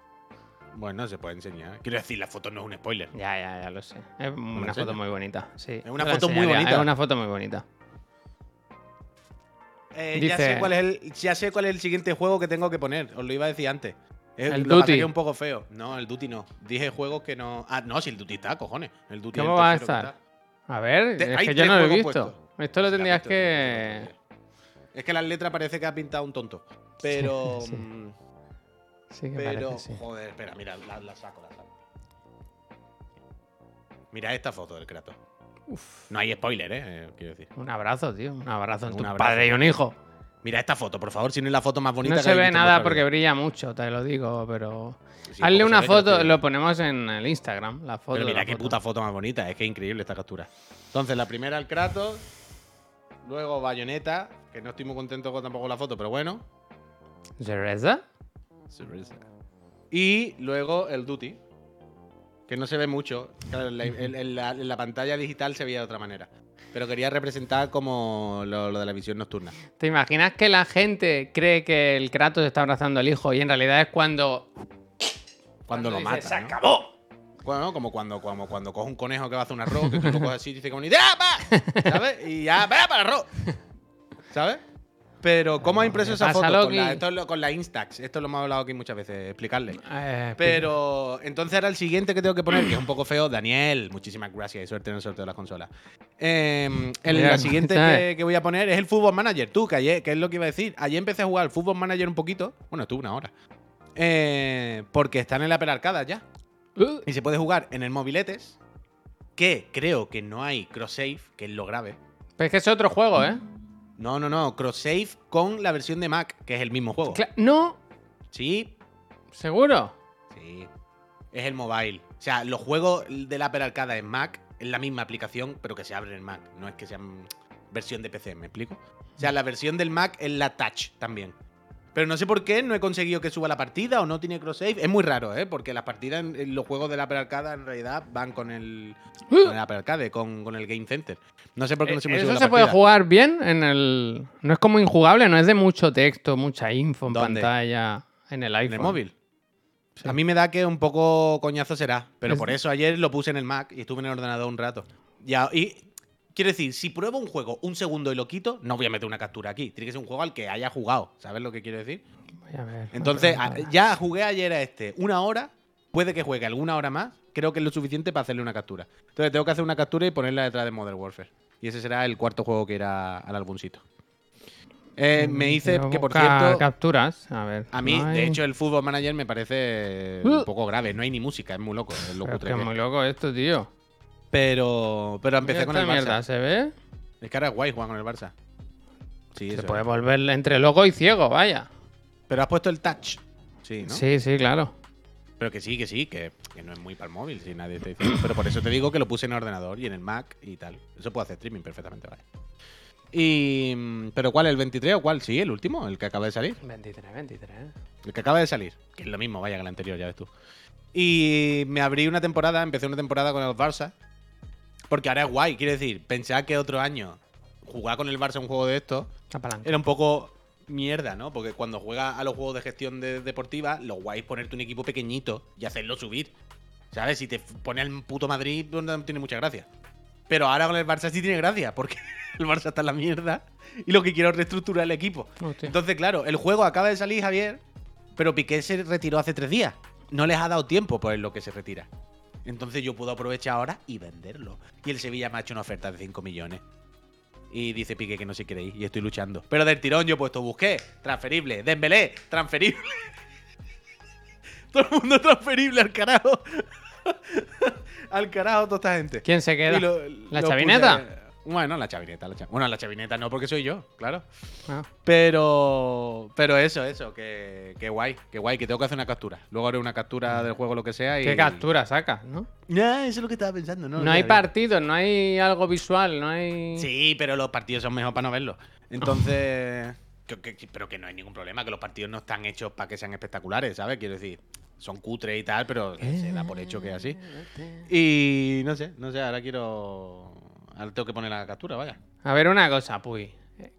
S2: Bueno, se puede enseñar. Quiero decir, la foto no es un spoiler.
S1: Ya, ya, ya lo sé. Es una
S2: enseña?
S1: foto muy bonita, sí.
S2: Es una
S1: La
S2: foto muy
S1: enseñaría,
S2: bonita.
S1: Es una foto muy bonita.
S2: Eh, ya,
S1: Dice-
S2: sé cuál es el, ya sé cuál es el siguiente juego que tengo que poner. Os lo iba a decir antes. Es,
S1: El
S2: lo que pasa
S1: Duty.
S2: que es un poco feo. No, el Duty no. Dije juegos que no. Ah, no, si el Duty está, cojones. El Duty es
S1: ¿Cómo
S2: el
S1: va a
S2: tercero que
S1: estar? A ver,
S2: Te-
S1: es
S2: hay
S1: que yo
S2: tres
S1: no lo he visto.
S2: juegos puestos.
S1: Esto lo
S2: Sí, Pues la
S1: tendrías
S2: has visto,
S1: que...
S2: sí, la has visto. Es que las letras parece que ha pintado un tonto. Pero.
S1: Sí.
S2: mm,
S1: Sí, que
S2: pero.
S1: parece, sí.
S2: Joder, espera, mira, la, la saco, la saco. Mira esta foto del Kratos. No hay spoiler, ¿eh? eh, Quiero decir.
S1: Un abrazo, tío. Un abrazo entre
S2: Un
S1: un
S2: abrazo.
S1: padre y un hijo.
S2: Mira esta foto, por favor, si no es la foto más bonita
S1: No
S2: que
S1: se
S2: habéis
S1: ve
S2: visto en
S1: nada
S2: vuestra
S1: porque
S2: vida.
S1: brilla mucho, te lo digo, pero.
S2: Sí,
S1: Hazle
S2: poco se
S1: una
S2: ve, pero
S1: foto,
S2: sí.
S1: lo ponemos en el Instagram, la foto.
S2: Pero mira
S1: la
S2: qué
S1: foto.
S2: puta foto más bonita, es que es increíble esta captura. Entonces, la primera el Kratos, luego Bayonetta, que no estoy muy contento con tampoco la foto, pero bueno.
S1: ¿Cereza?
S2: Y luego el Duty, que no se ve mucho. Claro, en, la, en- en la- en la pantalla digital se veía de otra manera. Pero quería representar como lo, lo de la visión nocturna.
S1: ¿Te imaginas que la gente cree que el Kratos está abrazando al hijo y en realidad es cuando.
S2: Cuando, lo
S1: dice,
S2: mata.
S1: ¡Se
S2: ¿no?
S1: acabó!
S2: Bueno, como cuando, como cuando coge un conejo que va a hacer un arroz, que tú lo coges así y dices como ni idea, pa", ¿sabes? Y ya, va para el arroz. ¿Sabes? Pero, ¿cómo ha impreso
S1: ¿qué
S2: esa
S1: pasa,
S2: foto? Con
S1: Loki?
S2: la, esto es lo- con la Instax. Esto lo hemos hablado aquí muchas veces, explicarle.
S1: Eh,
S2: Pero entonces ahora el siguiente que tengo que poner, que es un poco feo, Daniel, muchísimas gracias y suerte en el sorteo de las consolas. Eh, el
S1: Mira,
S2: la siguiente
S1: ¿sabes?
S2: que, que voy a poner es el Fútbol Manager. Tú, que ayer, que es lo que iba a decir. Ayer empecé a jugar al Fútbol Manager un poquito. Bueno, estuve una hora. Eh, porque están en la pelarcada ya.
S1: Uh,
S2: Y se puede jugar en el mobiletes, que creo que no hay cross-save, que es lo grave.
S1: pero es que es otro juego, ¿eh?
S2: No, no, no, cross-save con la versión de Mac, que es el mismo juego.
S1: Cla- no,
S2: Sí,
S1: seguro.
S2: sí. Es el mobile. O sea, los juegos de la Apple Arcade en Mac es la misma aplicación, pero que se abre en Mac. No es que sean versión de PC, ¿me explico? O sea, la versión del Mac es la Touch también. Pero no sé por qué no he conseguido que suba la partida o no tiene cross-save. Es muy raro, ¿eh? Porque las partidas, en- en los juegos de la Apple Arcade en realidad van con el, con el Apple Arcade, con, con el Game Center. No sé por
S1: Eh,
S2: qué no se me sube
S1: Eso
S2: la
S1: se puede
S2: partida.
S1: jugar bien en el. No es como injugable, no es de mucho texto, mucha info en
S2: ¿Dónde?
S1: pantalla, en el
S2: en
S1: iPhone.
S2: el móvil. A mí me da que un poco coñazo será, pero
S1: Es-
S2: por eso ayer lo puse en el Mac y estuve en el ordenador un rato. Ya, y quiero decir, si pruebo un juego un segundo y lo quito, no voy a meter una captura aquí. Tiene que ser un juego al que haya jugado, ¿sabes lo que quiero decir?
S1: Voy a ver, voy a
S2: Entonces,
S1: ver.
S2: a- ya jugué ayer a este una hora puede que juegue alguna hora más, creo que es lo suficiente para hacerle una captura. Entonces tengo que hacer una captura y ponerla detrás de Modern Warfare. Y ese será el cuarto juego que irá al álbumcito. Eh, me dice
S1: Mm, Pero
S2: que, por
S1: busca
S2: cierto,
S1: capturas. A ver.
S2: a mí,
S1: no
S2: de
S1: hay- Uh.
S2: hecho, el Fútbol Manager me parece un poco grave. No hay ni música, es muy loco. Es lo
S1: Pero es
S2: cutre
S1: que es
S2: que es.
S1: muy loco esto, tío.
S2: Pero, pero
S1: Mira
S2: empecé con el
S1: esta
S2: Barça.
S1: mierda, ¿se ve?
S2: Es que ahora es guay jugar con el Barça. Sí,
S1: Se
S2: eso
S1: puede
S2: es.
S1: volver entre loco y ciego, vaya.
S2: Pero has puesto el touch. Sí, ¿no?
S1: Sí, sí, claro.
S2: Pero que sí, que sí, que, que no es muy para el móvil, si nadie te dice. Pero por eso te digo que lo puse en el ordenador y en el Mac y tal. Eso puede hacer streaming perfectamente, vale. Y, mm, ¿Pero cuál? ¿El 23 o cuál? Sí, el último, el que acaba de salir.
S1: 23, 23.
S2: El que acaba de salir. Que es lo mismo, vaya, que el anterior, ya ves tú. Y me abrí una temporada, empecé una temporada con el Barça. Porque ahora es guay, quiero decir, pensad que otro año jugar con el Barça un juego de estos
S1: La palanca.
S2: era un poco mierda, ¿no? Porque cuando juegas a los juegos de gestión de- deportiva, lo guay es ponerte un equipo pequeñito y hacerlo subir. ¿Sabes? Si te f- pone al puto Madrid, pues no tiene mucha gracia. Pero ahora con el Barça sí tiene gracia, porque el Barça está en la mierda y lo que quiero es reestructurar el equipo.
S1: Hostia.
S2: Entonces, claro, el juego acaba de salir, Javier, pero Piqué se retiró hace tres días. No les ha dado tiempo por lo que se retira. Entonces yo puedo aprovechar ahora y venderlo. Y el Sevilla me ha hecho una oferta de 5 millones. Y dice Piqué que no se quiere ir y estoy luchando. Pero del tirón yo he puesto busqué, transferible, Dembélé, transferible. Todo el mundo transferible al carajo. al carajo toda esta gente.
S1: ¿Quién se queda?
S2: Y lo-
S1: ¿La
S2: lo puse-
S1: chavineta?
S2: Bueno, la chavineta, la cha- Bueno, la chavineta no, porque soy yo, claro.
S1: Ah.
S2: Pero. Pero eso, eso, que, que guay, que guay, que tengo que hacer una captura. Luego haré una captura del juego, lo Mm. que sea. Y...
S1: ¿Qué captura sacas, no?
S2: Ya, eso es lo que estaba pensando, ¿no?
S1: No,
S2: Ya,
S1: hay
S2: ya.
S1: partido, no hay algo visual, no hay.
S2: Sí, pero los partidos son mejor para no verlos. Entonces. que- que- que- pero que no hay ningún problema, que los partidos no están hechos para que sean espectaculares, ¿sabes? Quiero decir, son cutres y tal, pero se da por hecho que es así. Y no sé, no sé, ahora quiero. Ahora tengo que poner la captura, vaya.
S1: A ver, una cosa, Puy.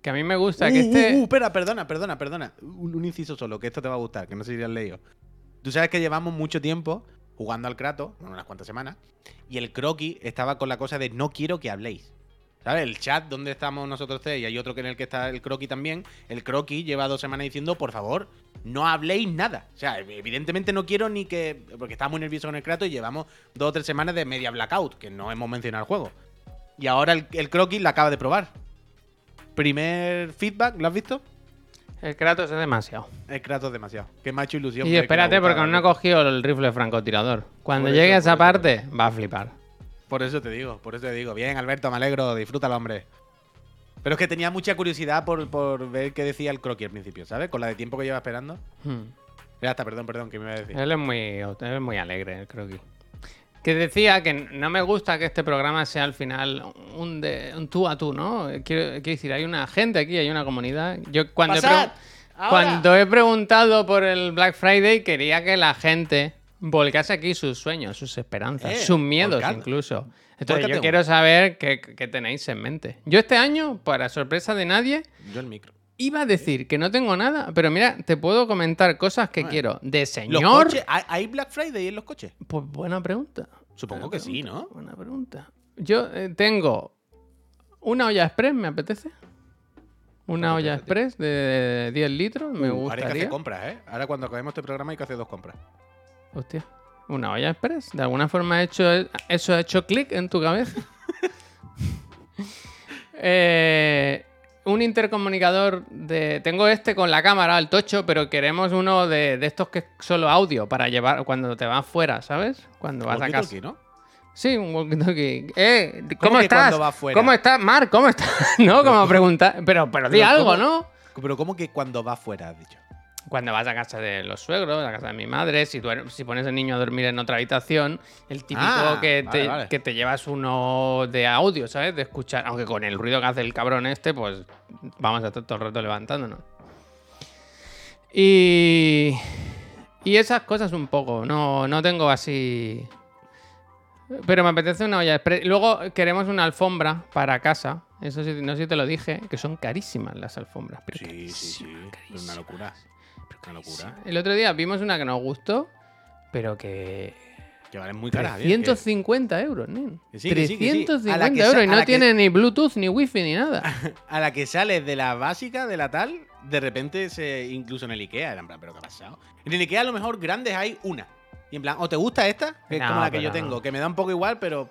S1: Que a mí me gusta que
S2: Uh, uh,
S1: este.
S2: uh, espera, perdona, perdona, perdona. Un, un inciso solo, que esto te va a gustar, que no sé si lo has leído. Tú sabes que llevamos mucho tiempo jugando al Kratos, bueno, unas cuantas semanas, y el croquis estaba con la cosa de no quiero que habléis. ¿Sabes? El chat donde estamos nosotros tres y hay otro que en el que está el croquis también. El croquis lleva dos semanas diciendo, por favor, no habléis nada. O sea, evidentemente no quiero ni que. Porque estaba muy nervioso con el Kratos y llevamos dos o tres semanas de media blackout, que no hemos mencionado el juego. Y ahora el, el croquis la acaba de probar. Primer feedback, ¿lo has visto?
S1: El Kratos es demasiado.
S2: El Kratos demasiado. Que me ha hecho ilusión.
S1: Y
S2: ver que le
S1: espérate,
S2: gustaba,
S1: porque aún no he
S2: ¿no?
S1: cogido el rifle francotirador. Cuando
S2: Por
S1: llegue
S2: eso,
S1: a esa
S2: por eso.
S1: parte, va a flipar.
S2: Por eso te digo, por eso te digo. Bien, Alberto, me alegro, disfrútalo, hombre. Pero es que tenía mucha curiosidad por, por ver qué decía el croquis al principio, ¿sabes? Con la de tiempo que lleva esperando.
S1: Hmm. Eh.
S2: Ya está, perdón, perdón, que me iba a decir.
S1: Él es muy, él es muy alegre, creo que. Que decía que no me gusta que este programa sea al final un, de, un tú a tú, ¿no? Quiero, quiero decir, hay una gente aquí, hay una comunidad. Yo cuando, he,
S2: ¡Pasad!
S1: pregun-
S2: ¡Ahora!
S1: cuando he preguntado por el Black Friday, quería que la gente volcase aquí sus sueños, sus esperanzas,
S2: Eh,
S1: sus miedos
S2: volcad.
S1: incluso. Entonces
S2: Vólcate
S1: yo
S2: uno.
S1: quiero saber qué, qué tenéis en mente. Yo este año, para sorpresa de nadie,
S2: Yo el micro.
S1: iba a decir que no tengo nada, pero mira, te puedo comentar cosas que quiero. De
S2: ¿Los
S1: señor.
S2: coches? ¿Hay- ¿Hay Black Friday en los coches?
S1: Pues buena pregunta.
S2: Supongo
S1: Buena
S2: que sí,
S1: pregunta,
S2: ¿no?
S1: Buena pregunta. Yo eh, tengo una olla express, ¿me apetece? Una olla express de 10 litros, me
S2: Ahora hay que
S1: gustaría.
S2: hacer compras, ¿eh? Ahora cuando acabemos este programa hay que hacer dos compras.
S1: Hostia, una olla express. De alguna forma ha hecho eso ha hecho clic en tu cabeza. Eh, un intercomunicador de. Tengo este con la cámara, al tocho, pero queremos uno de, de estos que es solo audio para llevar cuando te vas fuera, ¿sabes? Cuando vas a
S2: Walkie-talkie,
S1: casa.
S2: ¿no?
S1: Sí, un walkie-talkie. Eh, ¿cómo,
S2: que
S1: estás?
S2: cuando va fuera?
S1: ¿Cómo estás, Marc? ¿Cómo estás? No, como preguntar. Pero, pero di
S2: pero
S1: algo,
S2: ¿cómo?
S1: ¿no?
S2: Pero ¿cómo que cuando va fuera, has dicho?
S1: Cuando vas a casa de los suegros, a casa de mi madre, si, duer- si pones al niño a dormir en otra habitación, el típico
S2: Ah,
S1: que,
S2: vale,
S1: te,
S2: vale.
S1: que te llevas uno de audio, ¿sabes? De escuchar. Aunque con el ruido que hace el cabrón este, pues vamos a estar todo el rato levantándonos. Y. Y esas cosas un poco. No, no tengo así. Pero me apetece una olla express. Luego queremos una alfombra para casa. Eso sí, no sé si te lo dije, que son carísimas las alfombras. Pero
S2: Sí, sí, sí.
S1: carísimas,
S2: Pero Una
S1: carísimas.
S2: locura. Una locura.
S1: El otro día vimos una que nos gustó, pero que.
S2: Que valen muy caras. bien, que-
S1: 350 euros, nen.
S2: Que sí, que sí, que sí.
S1: 350
S2: A la que
S1: euros
S2: sa-
S1: y
S2: a
S1: no
S2: la que- Ah,
S1: tiene ni Bluetooth, ni Wi-Fi, ni nada.
S2: a la que sales de la básica, de la tal, de repente se incluso en el IKEA, era en plan, pero ¿qué ha pasado? En el IKEA a lo mejor grandes hay una. Y en plan, ¿o te gusta esta? Que es
S1: No,
S2: como la que yo
S1: pero-
S2: tengo, que me da un poco igual, pero.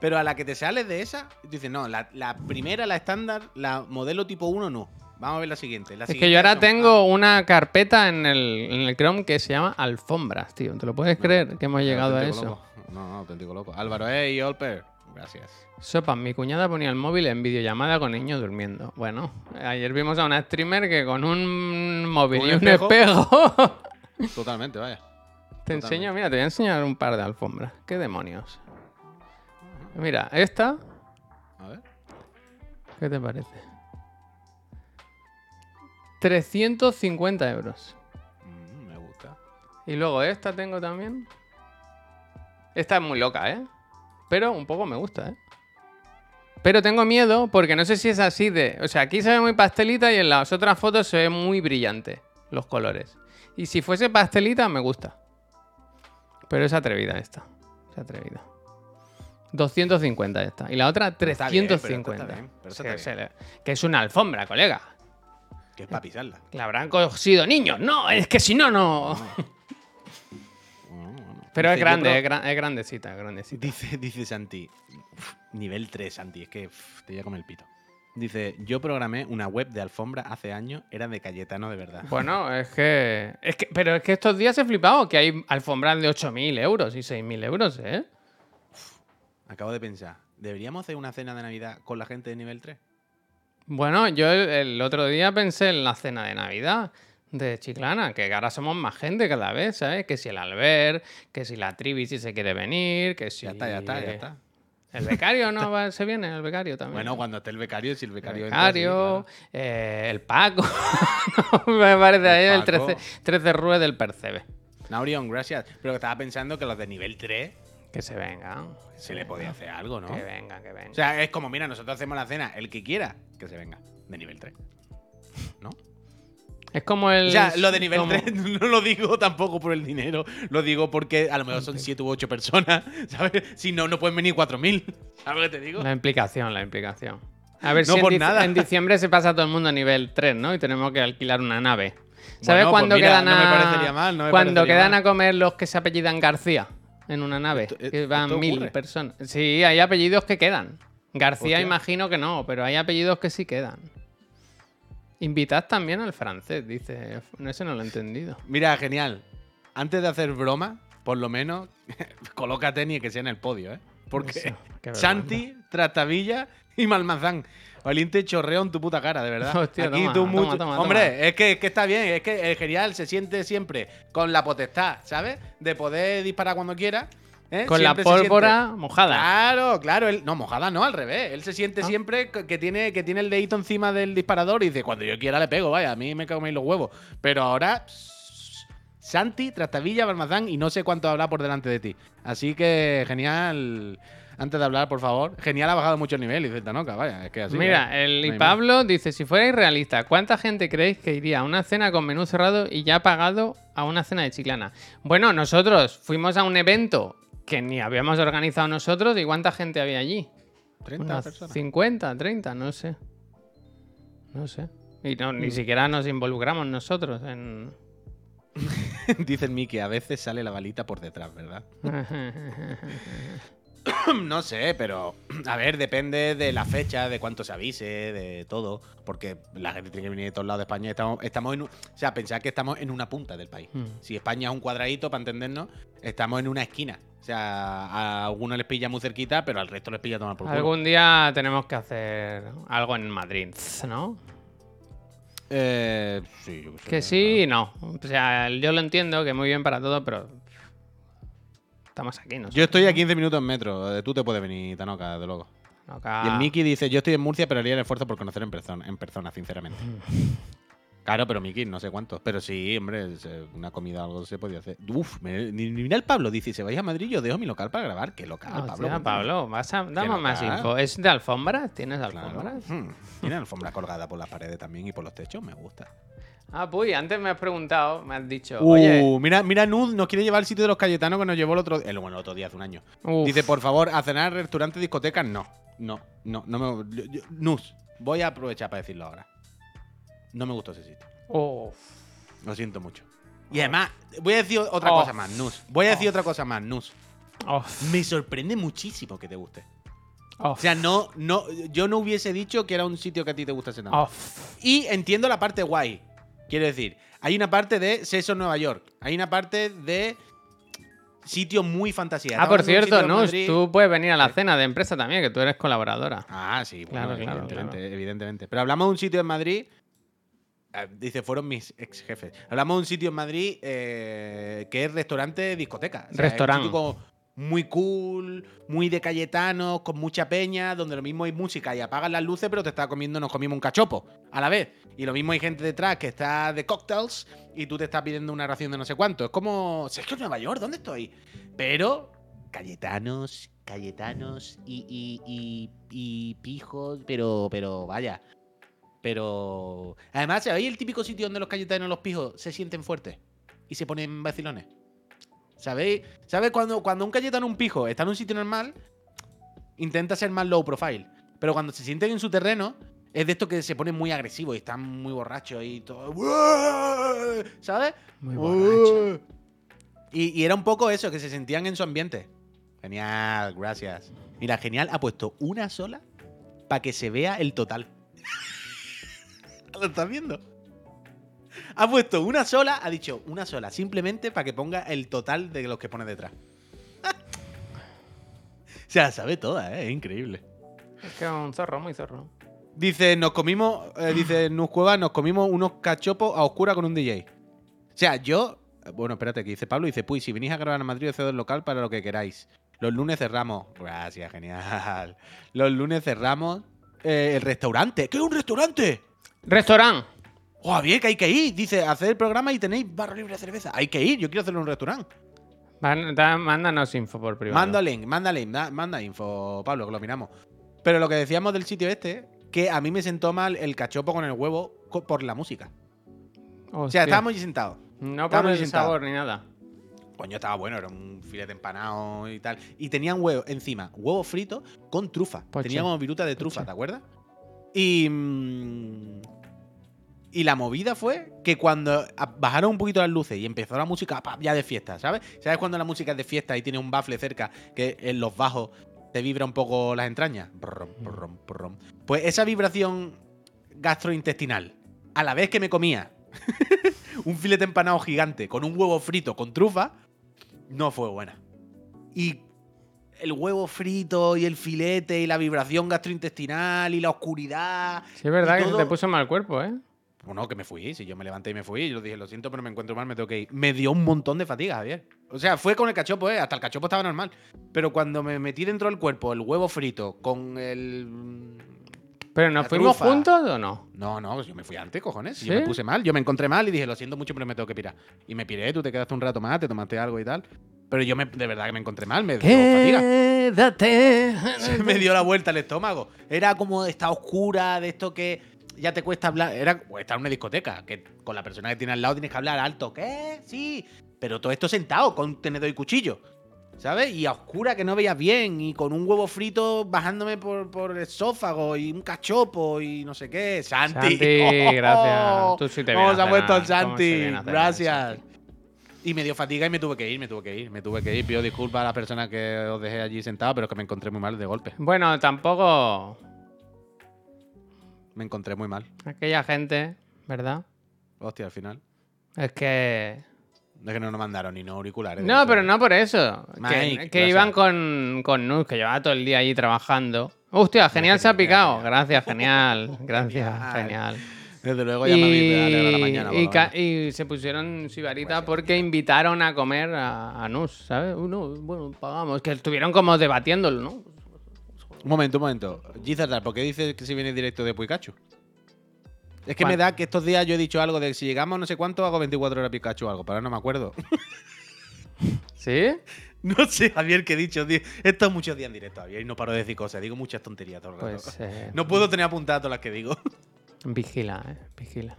S2: Pero a la que te sales de esa, y tú dices, no, la, la primera, la estándar, la modelo tipo 1, no. Vamos a ver la siguiente. la
S1: Es que
S2: siguiente
S1: yo ahora
S2: son-
S1: tengo una carpeta en el, en el Chrome que se llama alfombras, tío. ¿Te lo puedes creer que hemos llegado a
S2: auténtico
S1: eso?
S2: loco. No, no, auténtico loco. Álvaro, hey, Olper. Gracias.
S1: Sopa, mi cuñada ponía el móvil en videollamada con niños durmiendo. Bueno, ayer vimos a una streamer que con un móvil
S2: ¿Con
S1: y
S2: un
S1: un espejo.
S2: Totalmente, vaya.
S1: te enseño, mira, te voy a enseñar un par de alfombras. ¿Qué demonios? Mira, esta,
S2: A ver.
S1: ¿qué te parece? 350 euros.
S2: Mm, me gusta.
S1: Y luego esta tengo también. Esta es muy loca, ¿eh? Pero un poco me gusta, ¿eh? Pero tengo miedo porque no sé si es así de... O sea, aquí se ve muy pastelita y en las otras fotos se ve muy brillante los colores. Y si fuese pastelita, me gusta. Pero es atrevida esta. Es atrevida. 250 esta. Y la otra,
S2: Pero está bien, pero esta está
S1: 350.
S2: bien, pero esta
S1: Sí,
S2: está
S1: se le- Que es una alfombra, colega.
S2: Que es para pisarla.
S1: Que la habrán cosido niños. No, es que si no, no... Pero es
S2: Dice, yo
S1: grande,
S2: pro-
S1: es, gran- es grandecita, es grandecita.
S2: Dice, dice Santi, "Uf, nivel 3, Santi, es que uf, te voy a comer el pito. Dice, yo programé una web de alfombra hace años, era de Cayetano de verdad.
S1: Bueno, es que, es que. Pero es que estos días he flipado que hay alfombras de 8.000 euros y 6.000 euros, ¿eh?
S2: Acabo de pensar, ¿deberíamos hacer una cena de Navidad con la gente de nivel 3?
S1: Bueno, yo el, el otro día pensé en la cena de Navidad de Chiclana, que ahora somos más gente cada vez, ¿sabes? Que si el Albert, que si la Trivi si se quiere venir, que si.
S2: Ya está, ya está, ya
S1: eh,
S2: está.
S1: El becario no va, se viene, el becario también.
S2: Bueno, cuando esté el becario, si el becario...
S1: el
S2: entra, sí,
S1: becario, eh, el Paco. Me parece ahí el,
S2: Paco.
S1: 13, 13 Rue del Percebe.
S2: claro. Naurion, gracias. Pero estaba pensando que los de nivel 3
S1: Que se vengan.
S2: se le podía hacer algo, ¿no?
S1: Que vengan, que vengan.
S2: O sea, es como, mira, nosotros hacemos la cena, el que quiera, que se venga, de nivel 3.
S1: es como el.
S2: O sea, lo de nivel
S1: como-
S2: 3 no lo digo tampoco por el dinero, lo digo porque a lo mejor son 7 u 8 personas, ¿sabes? Si no, no pueden venir 4.000. ¿Sabes lo que te digo?
S1: La implicación, la implicación. A ver
S2: No
S1: si en,
S2: por
S1: dic-
S2: nada.
S1: en diciembre se pasa todo el mundo a nivel 3, ¿no? Y tenemos que alquilar una nave. ¿Sabes
S2: Bueno, pues
S1: cuándo
S2: mira,
S1: quedan
S2: no me
S1: a.
S2: parecería mal, no me
S1: cuando
S2: parecería
S1: quedan
S2: mal.
S1: a comer los que se apellidan García en una nave.
S2: Esto- eh,
S1: que
S2: esto
S1: van mil
S2: ocurre.
S1: personas. Sí, hay apellidos que quedan. García
S2: Hostia.
S1: imagino que no, pero hay apellidos que sí quedan. Invitad también al francés, dice. No, Ese no lo he entendido.
S2: Mira, genial. Antes de hacer broma, por lo menos, colócate ni que sea en el podio, ¿eh? Porque
S1: Eso, qué vergüenza.
S2: Santi, Trastavilla y Malmazán. Valiente chorreo en tu puta cara, de verdad.
S1: Hostia,
S2: Aquí
S1: toma,
S2: tú
S1: toma,
S2: mucho-
S1: toma,
S2: Hombre,
S1: toma.
S2: Es, que, es que está bien, es que el genial se siente siempre con la potestad, ¿sabes? De poder disparar cuando quiera. ¿eh?
S1: Con la
S2: Siempre se siente-
S1: pólvora mojada.
S2: Claro, claro. Él, no, mojada no, al revés. Él se siente
S1: Ah.
S2: siempre que que tiene, que tiene el dedito encima del disparador y dice, cuando yo quiera le pego, vaya, a mí me coméis los huevos. Pero ahora, pss, Santi, Trastavilla, Balmazán y no sé cuánto habrá por delante de ti. Así que, genial. Antes de hablar, por favor. Genial, ha bajado mucho el nivel, dice Tanoca, vaya, es que así.
S1: Mira,
S2: ¿eh?
S1: el
S2: No
S1: y
S2: hay
S1: Pablo dice, si fuerais realistas, ¿cuánta gente creéis que iría a una cena con menú cerrado y ya pagado a una cena de chiclana? Bueno, nosotros fuimos a un evento que ni habíamos organizado nosotros y ¿cuánta gente había allí?
S2: más. 30
S1: Unas
S2: personas.
S1: 50, 30, no sé. No sé. Y no,
S2: Mm.
S1: ni siquiera nos involucramos nosotros en...
S2: dice el Mickey, a veces sale la balita por detrás, ¿verdad? No sé, pero a ver, depende de la fecha, de cuánto se avise, de todo, porque la gente tiene que venir de todos lados de España. Estamos, estamos en, un- o sea, pensad que estamos en una punta del país.
S1: Mm.
S2: Si España es un cuadradito, para entendernos, estamos en una esquina. O sea, a algunos les pilla muy cerquita, pero al resto les pilla tomar por culo.
S1: Algún día tenemos que hacer algo en Madrid, ¿no?
S2: Eh, sí, yo qué sé,
S1: Que sí y no. O sea, yo lo entiendo, que muy bien para todo, pero. Estamos aquí, ¿no?
S2: Yo estoy a 15 minutos en metro. eh, Tú te puedes venir, Tanoka, de luego.
S1: Ah.
S2: Y el Mickey dice, yo estoy en Murcia, pero haría el esfuerzo por conocer en persona, en persona sinceramente. Claro, pero Mickey, no sé cuántos. Pero sí, hombre, es, eh, una comida o algo se podía hacer. Uf, me- ni- ni mira el Pablo, dice, se vais a Madrid, yo dejo mi local para grabar. Qué local,
S1: Pablo,
S2: Pablo. cuéntame.
S1: Ah, Pablo, vas a. Dame más
S2: local.
S1: info. ¿Es de alfombras? ¿Tienes
S2: Claro.
S1: alfombras?
S2: Mm, Tiene alfombra colgada por las paredes también y por los techos, me gusta.
S1: Ah, pues antes me has preguntado, me has dicho.
S2: Uh,
S1: Oye,
S2: mira, mira, Nud nos quiere llevar al sitio de los Cayetanos que nos llevó el otro, el, bueno, el otro día, hace un año.
S1: Uf.
S2: Dice, por favor, a cenar, restaurante, discotecas, no. No, no, no me. yo- yo- Nud, voy a aprovechar para decirlo ahora. No me gustó ese sitio.
S1: uf,
S2: Lo siento mucho. Y además, voy a decir otra
S1: Oh.
S2: cosa más, Nus. Voy a decir otra cosa más, Nus.
S1: Oh.
S2: Me sorprende muchísimo que te guste. O sea, no, no, yo no hubiese dicho que era un sitio que a ti te gustase
S1: Oh.
S2: nada. Y entiendo la parte guay. Quiero decir, hay una parte de Sexo en Nueva York. Hay una parte de sitio muy fantasía.
S1: Ah,
S2: Estamos
S1: por
S2: hablando de un
S1: cierto,
S2: sitio en
S1: Nus,
S2: Madrid-
S1: tú puedes venir a la cena de empresa también, que tú eres colaboradora.
S2: Ah, sí, bueno,
S1: Claro, claro,
S2: evidentemente, evidentemente. Pero hablamos de un sitio en Madrid. eh, Dice, fueron mis ex jefes. Hablamos de un sitio en Madrid eh, que es restaurante discoteca. es un
S1: Restaurant.
S2: sitio como muy cool, muy de Cayetano, con mucha peña, donde lo mismo hay música y apagan las luces, pero te está comiendo, nos comimos un cachopo a la vez. Y lo mismo hay gente detrás que está de cocktails y tú te estás pidiendo una ración de no sé cuánto. Es como, si es que es Nueva York, ¿dónde estoy? Pero Cayetanos, Cayetanos y, y, y, y pijos, pero, pero vaya. Pero. Además, ¿sabéis el típico sitio donde los Cayetanos los pijos se sienten fuertes y se ponen vacilones? ¿Sabéis? ¿Sabes cuando, cuando un Cayetano un pijo está en un sitio normal, intenta ser más low profile? Pero cuando se sienten en su terreno, es de esto que se ponen muy agresivos y están muy borrachos y todo. ¿Sabes?
S1: Muy
S2: borracho. Y, y era un poco eso, que se sentían en su ambiente. Genial, gracias. Mira, genial, ha puesto una sola para que se vea el total. ¿Lo estás viendo? Ha puesto una sola, ha dicho una sola, simplemente para que ponga el total de los que pone detrás. Se la sabe toda, ¿eh? es increíble.
S1: Es que es un zorro, muy zorro.
S2: Dice, nos comimos, eh, dice Nus Cueva, nos comimos unos cachopos a oscura con un DJ. O sea, yo, eh, bueno, espérate, que dice Pablo, dice, pues si venís a grabar a Madrid, cedo el local para lo que queráis. Los lunes cerramos. Gracias, genial. Los lunes cerramos eh, el restaurante. ¿Qué es un restaurante?
S1: Restaurante.
S2: ¡Oh, bien, que hay que ir! Dice, hacer el programa y tenéis barra libre de cerveza. Hay que ir, yo quiero hacerlo en un restaurante.
S1: Van- da- mándanos info por privado.
S2: Manda link, manda link, da- manda info, Pablo, que lo miramos. Pero lo que decíamos del sitio este, que a mí me sentó mal el cachopo con el huevo co- por la música. O sea,
S1: Hostia.
S2: estábamos allí sentados.
S1: No por
S2: estábamos
S1: el
S2: sentados.
S1: sabor ni nada.
S2: Coño, estaba bueno, era un filete empanado y tal. Y tenían huevo encima, huevo frito con trufa.
S1: Poche.
S2: Tenía como viruta de trufa,
S1: Poche.
S2: ¿te acuerdas? Y. mm, y la movida fue que cuando a- bajaron un poquito las luces y empezó la música pa, ya de fiesta, ¿sabes? ¿Sabes cuando la música es de fiesta y tiene un bafle cerca que en los bajos te vibra un poco las entrañas? Brum, brum, brum. Pues esa vibración gastrointestinal, a la vez que me comía un filete empanado gigante con un huevo frito con trufa, no fue buena. Y el huevo frito y el filete y la vibración gastrointestinal y la oscuridad.
S1: Sí, es verdad
S2: y
S1: que se
S2: todo-
S1: te puso mal cuerpo, ¿eh?
S2: Bueno, que me fui, si yo me levanté y me fui, yo dije, lo siento, pero me encuentro mal, me tengo que ir. Me dio un montón de fatiga, Javier. O sea, fue con el cachopo, ¿eh? Hasta el cachopo estaba normal. Pero cuando me metí dentro del cuerpo el huevo frito con el...
S1: Pero nos
S2: La
S1: fuimos
S2: trufa.
S1: juntos o no?
S2: No, no, yo me fui antes, cojones.
S1: ¿Sí?
S2: Yo me puse mal, yo me encontré mal y dije, lo siento mucho, pero me tengo que pirar. Y me piré, tú te quedaste un rato más, te tomaste algo y tal. Pero yo me- de verdad que me encontré mal, me dio fatiga.
S1: Quédate.
S2: Se me dio la vuelta al estómago. Era como esta oscura, de esto que ya te cuesta hablar. Era o estar en una discoteca, que con la persona que tiene al lado tienes que hablar alto. ¿Qué? Sí. Pero todo esto sentado, con tenedor y cuchillo. ¿Sabes? Y a oscura que no veías bien, y con un huevo frito bajándome por, por el esófago, y un cachopo, y no sé qué. Santi. oh,
S1: Santi, gracias. Tú sí te
S2: ¿Cómo
S1: vienes
S2: se
S1: a
S2: ha puesto el
S1: cenar? ¿Cómo se
S2: Santi?
S1: viene a cenar,
S2: Gracias. Y me dio fatiga y me tuve que ir, me tuve que ir, me tuve que ir. Pido disculpas a las personas que os dejé allí sentado, pero es que me encontré muy mal de golpe.
S1: Bueno, tampoco
S2: Me encontré muy mal.
S1: aquella gente, ¿verdad?
S2: Hostia, al final.
S1: Es que...
S2: Es que no nos mandaron ni no auriculares.
S1: No, pero no por eso.
S2: Mike,
S1: que que
S2: gracias.
S1: iban con, con Nus, que llevaba todo el día allí trabajando. Hostia, genial, se ha picado. Gracias, genial. Gracias, genial.
S2: Desde luego ya me vi a la
S1: Y,
S2: mañana. por
S1: y
S2: lo
S1: ca-
S2: menos.
S1: y se pusieron sibarita porque invitaron a comer a, a Nus, ¿sabes? Uh, no, bueno, pagamos. Que estuvieron como debatiéndolo, ¿no?
S2: Un momento, un momento. Gizardar, ¿por qué dices que si viene directo de Pikachu? Es que
S1: ¿Cuál?
S2: me da que estos días yo he dicho algo de si llegamos no sé cuánto, hago 24 horas Pikachu o algo, pero ahora no me acuerdo.
S1: ¿Sí?
S2: no sé, Javier, qué he dicho. tío. He estado muchos días en directo, Javier, y no paro de decir cosas. Digo muchas tonterías todo el rato.
S1: Pues eh,
S2: No puedo tener apuntadas todas las que digo.
S1: vigila, eh, vigila.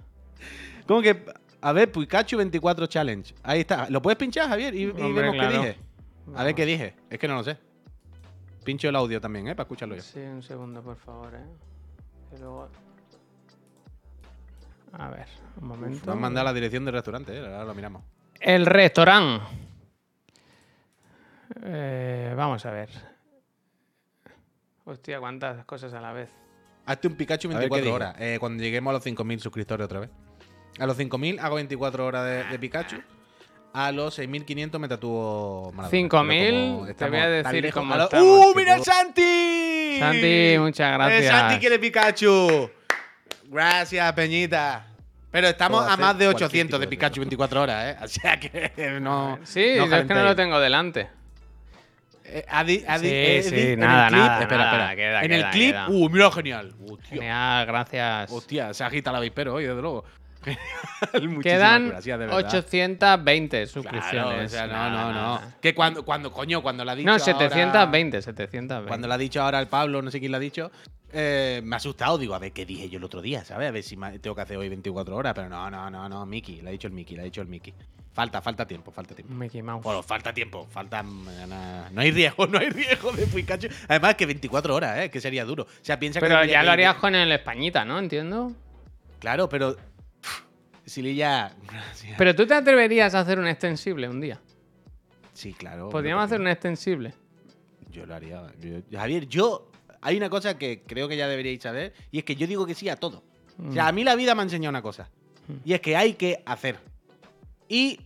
S2: ¿Cómo que? A ver, Pikachu 24 Challenge. Ahí está. ¿Lo puedes pinchar, Javier? Y, y
S1: Hombre,
S2: vemos qué
S1: claro.
S2: dije. A ver qué dije. Es que no lo sé. Pincho el audio también, ¿eh? Para escucharlo yo.
S1: Sí, un segundo, por favor, eh. Que luego- A ver, un
S2: Nos
S1: momento.
S2: han mandado la dirección del restaurante, ¿eh? Ahora lo miramos.
S1: el restaurante. Eh, vamos a ver. Hostia, cuántas cosas a la vez.
S2: Hazte un Pikachu
S1: A ver qué
S2: 24
S1: digo.
S2: horas. eh, cuando lleguemos a los 5.000 suscriptores otra vez. A los 5.000 hago 24 horas de, de Pikachu. A los 6.500 me tatúo Maradona.
S1: 5.000, te voy a decir cómo
S2: como estamos tan lejos. A
S1: estamos.
S2: lo- ¡Uh, mira el Santi!
S1: Santi, muchas
S2: El
S1: gracias.
S2: Eh, Santi quiere Pikachu. Gracias, Peñita. Pero estamos
S1: Puedo
S2: a
S1: hacer
S2: más de
S1: cualquier
S2: 800 de Pikachu 24 horas, ¿eh? O sea que no. Eh,
S1: Sí, yo es que no lo tengo delante. Sí, sí, nada, nada,
S2: Espera,
S1: nada,
S2: espera.
S1: queda,
S2: en
S1: queda,
S2: el clip,
S1: queda.
S2: uh, mira, genial.
S1: Genial, gracias.
S2: Hostia, se agita la avispero hoy, desde luego. Muchísimas
S1: Quedan
S2: gracias, de verdad.
S1: 820
S2: Claro, o
S1: suscripciones.
S2: sea, no,
S1: Nada,
S2: no,
S1: nada,
S2: no.
S1: nada.
S2: Que cuando, cuando, coño, cuando la ha dicho.
S1: No,
S2: ahora-
S1: 720, 720.
S2: Cuando la ha dicho ahora el Pablo, no sé quién la ha dicho, eh, me ha asustado. Digo, a ver qué dije yo el otro día, ¿sabes? A ver si ma- tengo que hacer hoy 24 horas. Pero no, no, no, no, Mickey. La ha dicho el Mickey, la ha dicho el Mickey. Falta, falta tiempo, falta tiempo.
S1: Mickey Mouse.
S2: Bueno, falta tiempo, falta. mañana- No hay riesgo, no hay riesgo de Pikachu. Además, que 24 horas, ¿eh? Que sería duro. O sea, piensa que.
S1: Pero
S2: debería
S1: ya lo
S2: ir-
S1: harías con el Españita, ¿no? Entiendo.
S2: Claro, pero. Sililla. Gracias.
S1: Pero tú te atreverías a hacer un extensible un día.
S2: Sí, claro.
S1: Podríamos hacer un extensible.
S2: Yo lo haría. Yo- Javier, yo. Hay una cosa que creo que ya deberíais saber, y es que yo digo que sí a todo.
S1: Mm.
S2: O sea, a mí la vida me ha enseñado una cosa. Y es que hay que hacer. Y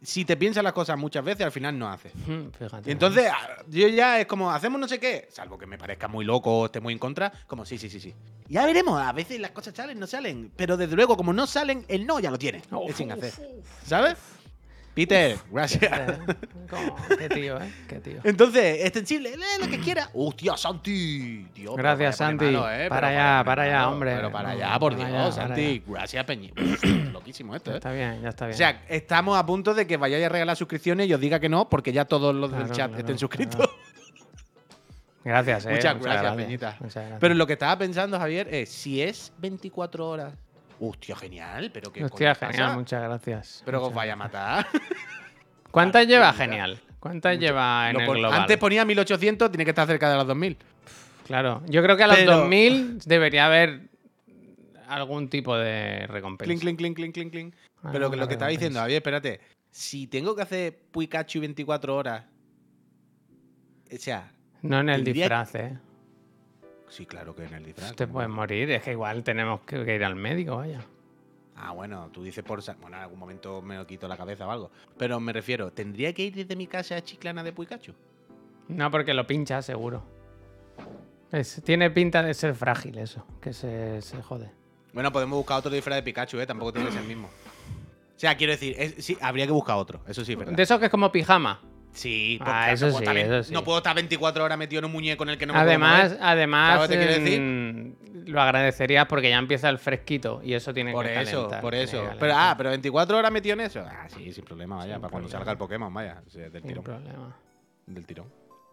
S2: si te piensas las cosas muchas veces, al final no haces.
S1: Mm, Fíjate.
S2: Y entonces, ah, yo ya es como, hacemos no sé qué, salvo que me parezca muy loco o esté muy en contra, como sí, sí, sí, sí. Ya veremos, a veces las cosas salen, no salen, pero desde luego, como no salen, el no ya lo tiene, es sin hacer. ¿Sabes? Peter, gracias.
S1: Eh, ¿Cómo? Qué tío, ¿eh? Qué tío.
S2: Entonces, extensible, lee lo que quiera. ¡Hostia, Santi! Dios, pero
S1: Gracias,
S2: vaya
S1: Santi.
S2: pone malo, ¿eh?
S1: Para
S2: Pero
S1: allá,
S2: vaya
S1: para
S2: pone
S1: allá,
S2: malo,
S1: hombre.
S2: Pero para
S1: No,
S2: allá, por
S1: para
S2: Dios,
S1: allá, para
S2: Santi. Gracias, Peñi. Uf, Loquísimo esto, ¿eh?
S1: Está bien, ya está bien.
S2: O sea, estamos a punto de que vayáis a regalar suscripciones y os diga que no, porque ya todos los del
S1: Claro,
S2: chat
S1: claro,
S2: estén suscritos.
S1: claro. gracias, eh.
S2: Muchas gracias, Peñita.
S1: Muchas gracias.
S2: Pero lo que estaba pensando, Javier, es si es 24 horas. Hostia, genial, pero qué
S1: Hostia,
S2: coño pasa?
S1: genial, muchas gracias.
S2: Pero que os
S1: muchas
S2: vaya a matar.
S1: gracias. ¿Cuántas lleva genial? ¿Cuántas lleva en
S2: Lo
S1: el
S2: pon-
S1: global?
S2: Antes ponía 1800, tiene que estar cerca de los 2000.
S1: Claro, yo creo que a los
S2: Pero-
S1: 2000 debería haber algún tipo de recompensa.
S2: Clink, clink, clink, clink, clink, clink.
S1: Ah,
S2: Pero que
S1: una
S2: lo que
S1: recompensa.
S2: estaba diciendo, Javier, espérate. Si tengo que hacer Pikachu 24 horas. eh, O sea,
S1: No en el
S2: Tendría-
S1: disfraz, eh. Pues
S2: sí, claro que en el disfraz.
S1: Te puedes morir, es que igual tenemos que que ir al médico, vaya.
S2: Ah, bueno, tú dices por. sa- Bueno, en algún momento me lo quito la cabeza o algo. Pero me refiero, ¿tendría que ir desde mi casa a Chiclana de Pikachu?
S1: No, porque lo pincha, seguro. Es- tiene pinta de ser frágil eso, que se, se jode.
S2: Bueno, podemos buscar otro disfraz de Pikachu, ¿eh? Tampoco tiene que ser el mismo. O sea, quiero decir, es- sí, habría que buscar otro. Eso sí, es ¿verdad?
S1: De esos que es como pijama.
S2: Sí, porque
S1: Ah, eso
S2: no, puedo
S1: sí,
S2: estar ve-
S1: eso sí.
S2: no puedo estar 24 horas metido en un muñeco en el que no me puedo
S1: además,
S2: mover.
S1: además
S2: ¿Sabes lo que te quiero decir?
S1: mm, lo agradecerías porque ya empieza el fresquito y eso tiene
S2: Por
S1: que
S2: eso,
S1: calentar,
S2: por
S1: tiene
S2: eso.
S1: que
S2: Pero,
S1: calentar.
S2: ah, pero 24 horas metido en eso. Ah, sí, sin problema, vaya.
S1: Sin
S2: para cuando
S1: problema.
S2: salga el Pokémon, vaya. o sea, del
S1: Sin
S2: tirón.
S1: problema,
S2: Del tirón.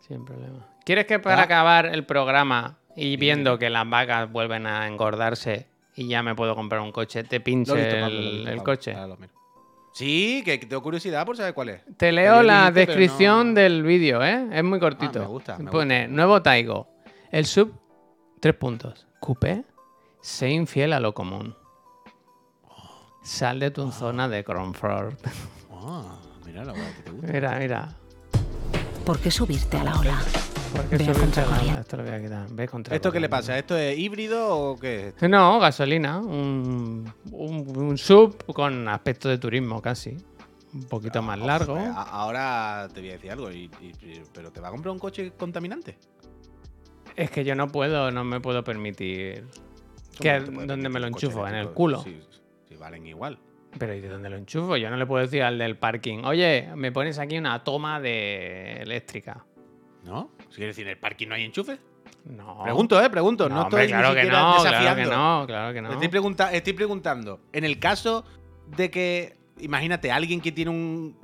S1: sin problema. ¿Quieres que para
S2: Ah.
S1: acabar el programa y viendo que las vacas vuelven a engordarse y ya me puedo comprar un coche, te pinche
S2: Lo he visto,
S1: el,
S2: Pablo, lo he visto,
S1: el
S2: Pablo.
S1: coche?
S2: Ahora lo miro. Sí, que que tengo curiosidad por saber cuál es.
S1: Te
S2: Ayer
S1: leo la
S2: dijiste, pero
S1: descripción
S2: no-
S1: del vídeo, ¿eh? Es muy cortito.
S2: Ah, me gusta, me
S1: Pone, nuevo Taigo. El sub, tres puntos. Coupé, sé infiel a lo común. Sal de tu zona de confort.
S2: Ah, mira la guay que te gusta.
S1: mira, mira.
S6: ¿Por qué subirte a la ola?
S1: Porque
S6: Ve a
S1: subirse
S6: contracorriente.
S1: la- Esto lo voy a quitar. Ve contra
S2: ¿Esto qué le pasa? ¿Esto es híbrido o qué es?
S1: corriente. No, gasolina. Un, un, un sub con aspecto de turismo casi. Un
S2: Ah,
S1: poquito más largo.
S2: A- Ahora te voy a decir algo, y- y- pero ¿te va a comprar un coche contaminante?
S1: Es que yo no puedo, no me puedo permitir.
S2: ¿Cómo
S1: Que,
S2: no te puedes
S1: ¿Dónde me
S2: permitir
S1: lo
S2: un coche
S1: enchufo? En el
S2: eléctrico?
S1: culo.
S2: Sí, sí, valen igual.
S1: Pero ¿y de dónde lo enchufo? Yo no le puedo decir al del parking, oye, me pones aquí una toma de eléctrica.
S2: ¿No? Si quieres decir, ¿en el parking no hay enchufe?
S1: No.
S2: Pregunto, eh, pregunto. No,
S1: hombre,
S2: estoy
S1: claro
S2: ni
S1: que
S2: siquiera
S1: no,
S2: desafiando.
S1: claro que no, claro que no.
S2: Estoy, pregunta- estoy preguntando, en el caso de que, imagínate, alguien que tiene un...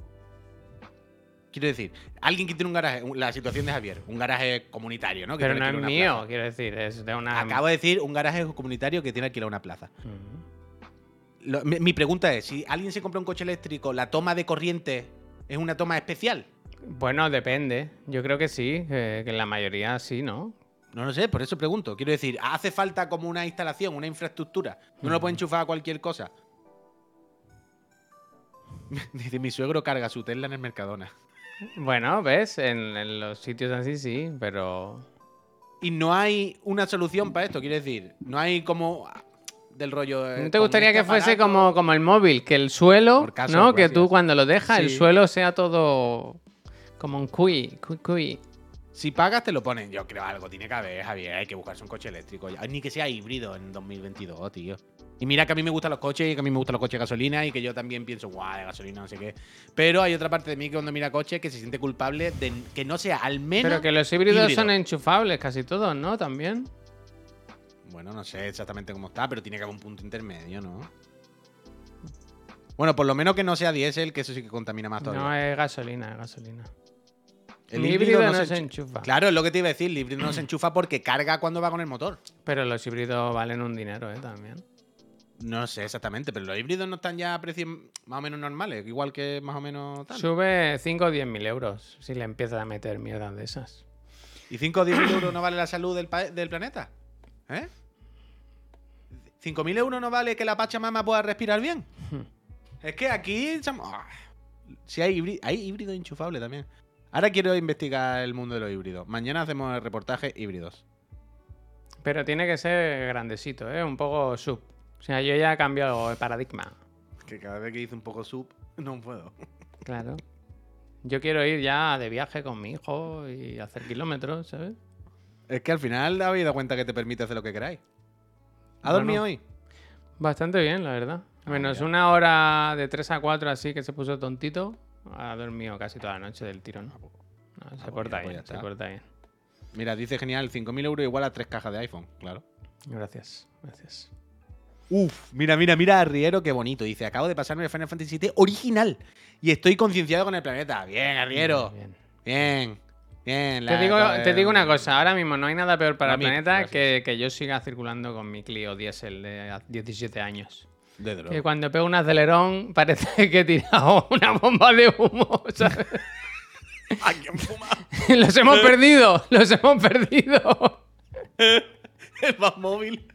S2: Quiero decir, alguien que tiene un garaje, un- la situación de Javier, un garaje comunitario, ¿no? Que
S1: Pero
S2: tiene
S1: no es
S2: alquilado una
S1: mío,
S2: plaza.
S1: quiero decir, es de una...
S2: Acabo de decir un garaje comunitario que tiene alquilado una plaza.
S1: Mm.
S2: Lo- mi, mi pregunta es, si alguien se compra un coche eléctrico, ¿la toma de corriente es una toma especial?
S1: Bueno, depende. Yo creo que sí, eh, que la mayoría sí, ¿no?
S2: No lo sé, por eso pregunto. Quiero decir, hace falta como una instalación, una infraestructura. No lo puede enchufar a cualquier cosa. Dice, mi suegro carga su Tesla en el Mercadona.
S1: Bueno, ves, en, en los sitios así sí, pero.
S2: Y no hay una solución para esto, quiero decir. No hay como ah, del rollo. eh,
S1: ¿No te
S2: con
S1: gustaría
S2: este
S1: que fuese
S2: aparato-
S1: como, como el móvil? Que el suelo,
S2: Por casos,
S1: ¿no? Que tú
S2: gracias.
S1: cuando lo dejas, el
S2: Sí.
S1: suelo sea todo como un cui, cui, cui.
S2: Si pagas, te lo ponen. Yo creo algo tiene que haber, Javier. Hay que buscarse un coche eléctrico. ya. Ni que sea híbrido en 2022, tío. Y mira que a mí me gustan los coches y que a mí me gustan los coches de gasolina y que yo también pienso, guau, de gasolina, no sé qué. Pero hay otra parte de mí que cuando mira coches que se siente culpable de que no sea al menos.
S1: Pero que los híbridos
S2: híbrido.
S1: son enchufables casi todos, ¿no? También.
S2: Bueno, no sé exactamente cómo está, pero tiene que haber un punto intermedio, ¿no? Bueno, por lo menos que no sea diésel, que eso sí que contamina más todavía.
S1: No es gasolina, es gasolina.
S2: El
S1: Mi
S2: híbrido,
S1: híbrido
S2: no se enchu-
S1: enchufa.
S2: Claro, es lo que te iba a decir. El híbrido no se enchufa porque carga cuando va con el motor.
S1: Pero los híbridos valen un dinero, ¿eh? También.
S2: No sé exactamente, pero los híbridos no están ya a precios más o menos normales, igual que más o menos tal.
S1: Sube 5 o 10 mil euros si le empiezas a meter mierda de esas.
S2: ¿Y 5 o 10 mil euros no vale la salud del, pa- del planeta? ¿Eh? ¿5 mil euros no vale que la Pachamama pueda respirar bien? es que aquí... chamo, ah. Sí, hay híbrido, hay híbrido enchufable también. Ahora quiero investigar el mundo de los híbridos. Mañana hacemos el reportaje híbridos.
S1: Pero tiene que ser grandecito, ¿eh? Un poco sub. O sea, yo ya cambio de paradigma.
S2: Que cada vez que dice un poco sub, no puedo.
S1: Claro. Yo quiero ir ya de viaje con mi hijo y hacer kilómetros, ¿sabes?
S2: Es que al final habéis dado cuenta que te permite hacer lo que queráis. ¿Ha
S1: Bueno.
S2: dormido hoy?
S1: Bastante bien, la verdad.
S2: Ah,
S1: Menos
S2: mira.
S1: una hora de 3 a 4 así que se puso tontito. Ha dormido casi toda la noche del tirón.
S2: Ah, pues-
S1: No,
S2: pues
S1: se porta
S2: mira, pues ya
S1: bien, se
S2: está.
S1: porta bien.
S2: Mira, dice genial, 5.000 euros igual a tres cajas de iPhone, claro.
S1: Gracias, gracias.
S2: Uf, mira, mira, mira a Riero, qué bonito. Dice, acabo de pasarme el Final Fantasy VII original y estoy concienciado con el planeta. Bien, Arriero.
S1: Bien, bien.
S2: Bien, bien.
S1: Te
S2: la-
S1: digo,
S2: la-
S1: te digo una cosa, ahora mismo no hay nada peor para
S2: La
S1: el
S2: mit,
S1: planeta
S2: gracias.
S1: que, que yo siga circulando con mi Clio diésel de a- 17 años.
S2: De droga.
S1: Que cuando pego un acelerón parece que he tirado una bomba de humo, ¿sabes?
S2: Ay, qué fuma.
S1: los
S2: Eh.
S1: hemos perdido, los hemos perdido.
S2: el móvil.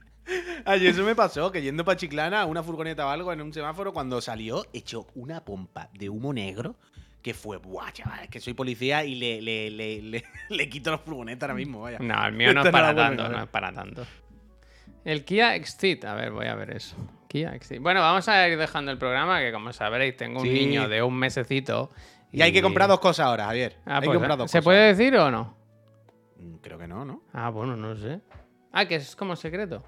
S2: Ayer eso me pasó, que yendo para Chiclana, una furgoneta o algo en un semáforo, cuando salió, echó una pompa de humo negro que fue, buah, chaval, es que soy policía y le, le, le, le- le quito la furgoneta ahora mismo, vaya.
S1: No, el mío no
S2: Esta
S1: es
S2: no la
S1: para
S2: vuelven a
S1: tanto,
S2: ver.
S1: no es para tanto. El Kia Extit, a ver, voy a ver eso. Kia Extit. Bueno, vamos a ir dejando el programa, que como sabréis, tengo un
S2: Sí.
S1: niño de un mesecito.
S2: Y hay que comprar dos cosas ahora, Javier.
S1: Ah,
S2: hay que
S1: pues,
S2: comprar dos
S1: ¿Se
S2: cosas.
S1: puede decir o no?
S2: Mm, Creo que no, ¿no?
S1: Ah, bueno, no sé. Ah, que es como secreto.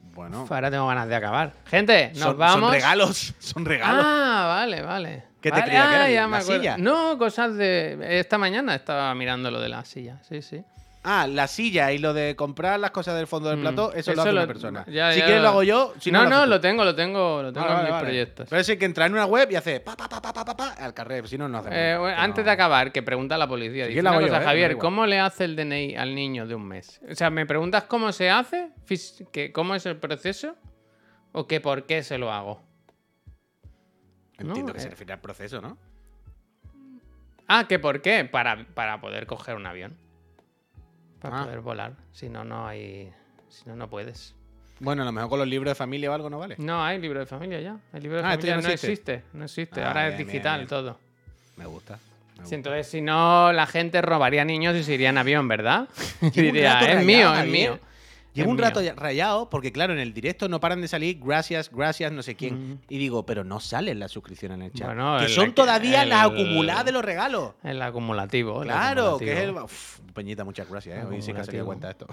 S2: Bueno.
S1: Uf, ahora tengo ganas de acabar. Gente, nos
S2: son,
S1: vamos.
S2: Son regalos, son regalos.
S1: Ah, vale, vale.
S2: ¿Qué te
S1: Vale,
S2: creía que
S1: ah,
S2: era?
S1: ya
S2: ¿La
S1: me acuerdo.
S2: silla?
S1: No, cosas de. Esta mañana estaba mirando lo de la silla. Sí, sí.
S2: Ah, la silla y lo de comprar las cosas del fondo del
S1: Mm,
S2: plato, eso, lo
S1: eso
S2: hace
S1: lo-
S2: una persona.
S1: ya,
S2: si
S1: ya
S2: quieres
S1: lo-
S2: lo hago yo, si no,
S1: no,
S2: lo haces
S1: no,
S2: tú.
S1: lo tengo, lo tengo, lo tengo
S2: Vale,
S1: en mis
S2: vale, vale.
S1: proyectos.
S2: Pero es que entrar en una web y hacer pa, pa, pa, pa, pa, pa, pa, al carrer. Si no, no hacemos.
S1: Eh, bueno,
S2: Que
S1: antes
S2: no.
S1: de acabar, que pregunta la policía.
S2: Sí,
S1: Dice
S2: que la
S1: una
S2: hago yo,
S1: cosa,
S2: eh, me da
S1: Javier,
S2: igual.
S1: ¿cómo le hace el DNI al niño de un mes? O sea, ¿me preguntas cómo se hace? Fis- que- ¿Cómo es el proceso? ¿O que por qué se lo hago?
S2: Entiendo
S1: No,
S2: que se
S1: eh.
S2: refiere al proceso, ¿no?
S1: Ah, ¿que por qué? Para, para poder coger un avión. Para
S2: Ah.
S1: poder volar. Si no, no hay. Si no, no puedes.
S2: Bueno, a lo mejor con los libros de familia o algo no vale.
S1: No hay libro de familia ya. El libro de
S2: Ah, esto ya
S1: familia
S2: no
S1: no,
S2: existe.
S1: existe. No existe.
S2: Ah,
S1: Ahora es
S2: bien, bien,
S1: digital
S2: bien.
S1: todo.
S2: Me gusta. me
S1: Sí,
S2: gusta.
S1: entonces, si no, la gente robaría niños y se iría en avión, ¿verdad?
S2: Llevo un
S1: Diría,
S2: rato
S1: es
S2: rayado,
S1: mío, es
S2: Javier.
S1: mío. Es
S2: Llevo un
S1: mío.
S2: rato ya- rayado porque, claro, en el directo no paran de salir gracias, gracias, no sé quién.
S1: Ujú.
S2: Y digo, pero no salen las suscripciones en el chat.
S1: Mm. Bueno,
S2: que
S1: el-
S2: son todavía
S1: el-
S2: las acumuladas de los regalos.
S1: El acumulativo. el
S2: Claro, que es el.
S1: acumulativo.
S2: Uf, Peñita, muchas gracias. ¿eh? Hoy sí que se dio
S1: Acumulativo.
S2: cuenta de esto.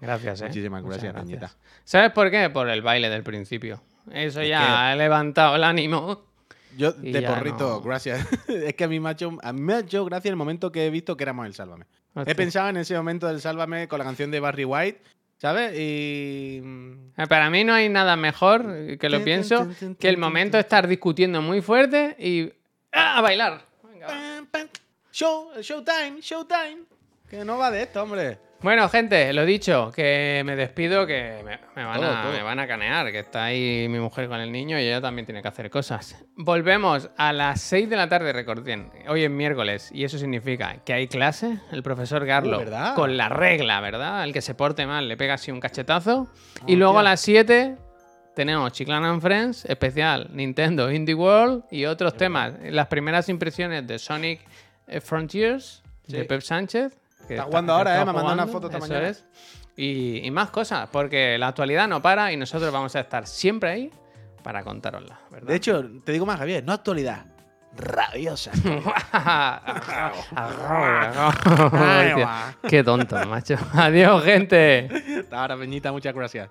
S1: Gracias, eh.
S2: Muchísimas
S1: Muchas
S2: gracias, Peñita.
S1: ¿Sabes por qué? Por el baile del principio. Eso
S2: Es
S1: ya
S2: que-
S1: ha levantado el ánimo.
S2: Yo,
S1: Y
S2: de
S1: ya
S2: porrito,
S1: no.
S2: gracias. es que a mí, me ha hecho- a mí me ha hecho gracia el momento que he visto que éramos el Sálvame. He
S1: Hostia.
S2: pensado en ese momento del Sálvame con la canción de Barry White, ¿sabes? Y. mm,
S1: Eh, Para mí no hay nada mejor que lo
S2: Tun,
S1: pienso
S2: tun, tun,
S1: que el
S2: tun, tun,
S1: momento
S2: tun.
S1: de estar discutiendo muy fuerte y ¡Ah! a bailar. Venga, va.
S2: pam, pam, Show, showtime, showtime. Que no va de esto, hombre.
S1: Bueno, gente, lo dicho, que me despido, que me, me van,
S2: Todo,
S1: a,
S2: todo.
S1: me van a canear, que está ahí mi mujer con el niño y ella también tiene que hacer cosas. Volvemos a las 6 de la tarde, recordén. Hoy es miércoles y eso significa que hay clase, el profesor Garlo,
S2: Uh, ¿verdad?
S1: con la regla, ¿verdad? Al que se porte mal le pega así un cachetazo. y luego a las 7, Tenemos Chiclan and Friends, especial Nintendo Indie World y otros temas. Las primeras impresiones de Sonic eh, Frontiers, de
S2: Sí.
S1: Pep Sánchez. que
S2: Está jugando ahora,
S1: que
S2: eh,
S1: está
S2: me ha mandado una
S1: jugando,
S2: foto esta
S1: eso
S2: mañana.
S1: es. Y, y más cosas, porque la actualidad no para y nosotros vamos a estar siempre ahí para contárosla, ¿verdad?
S2: De hecho, te digo más, Javier, no actualidad. Rabiosa.
S1: Ay, tío, Qué tonto, macho. Adiós, gente.
S2: Hasta ahora, Peñita, muchas gracias.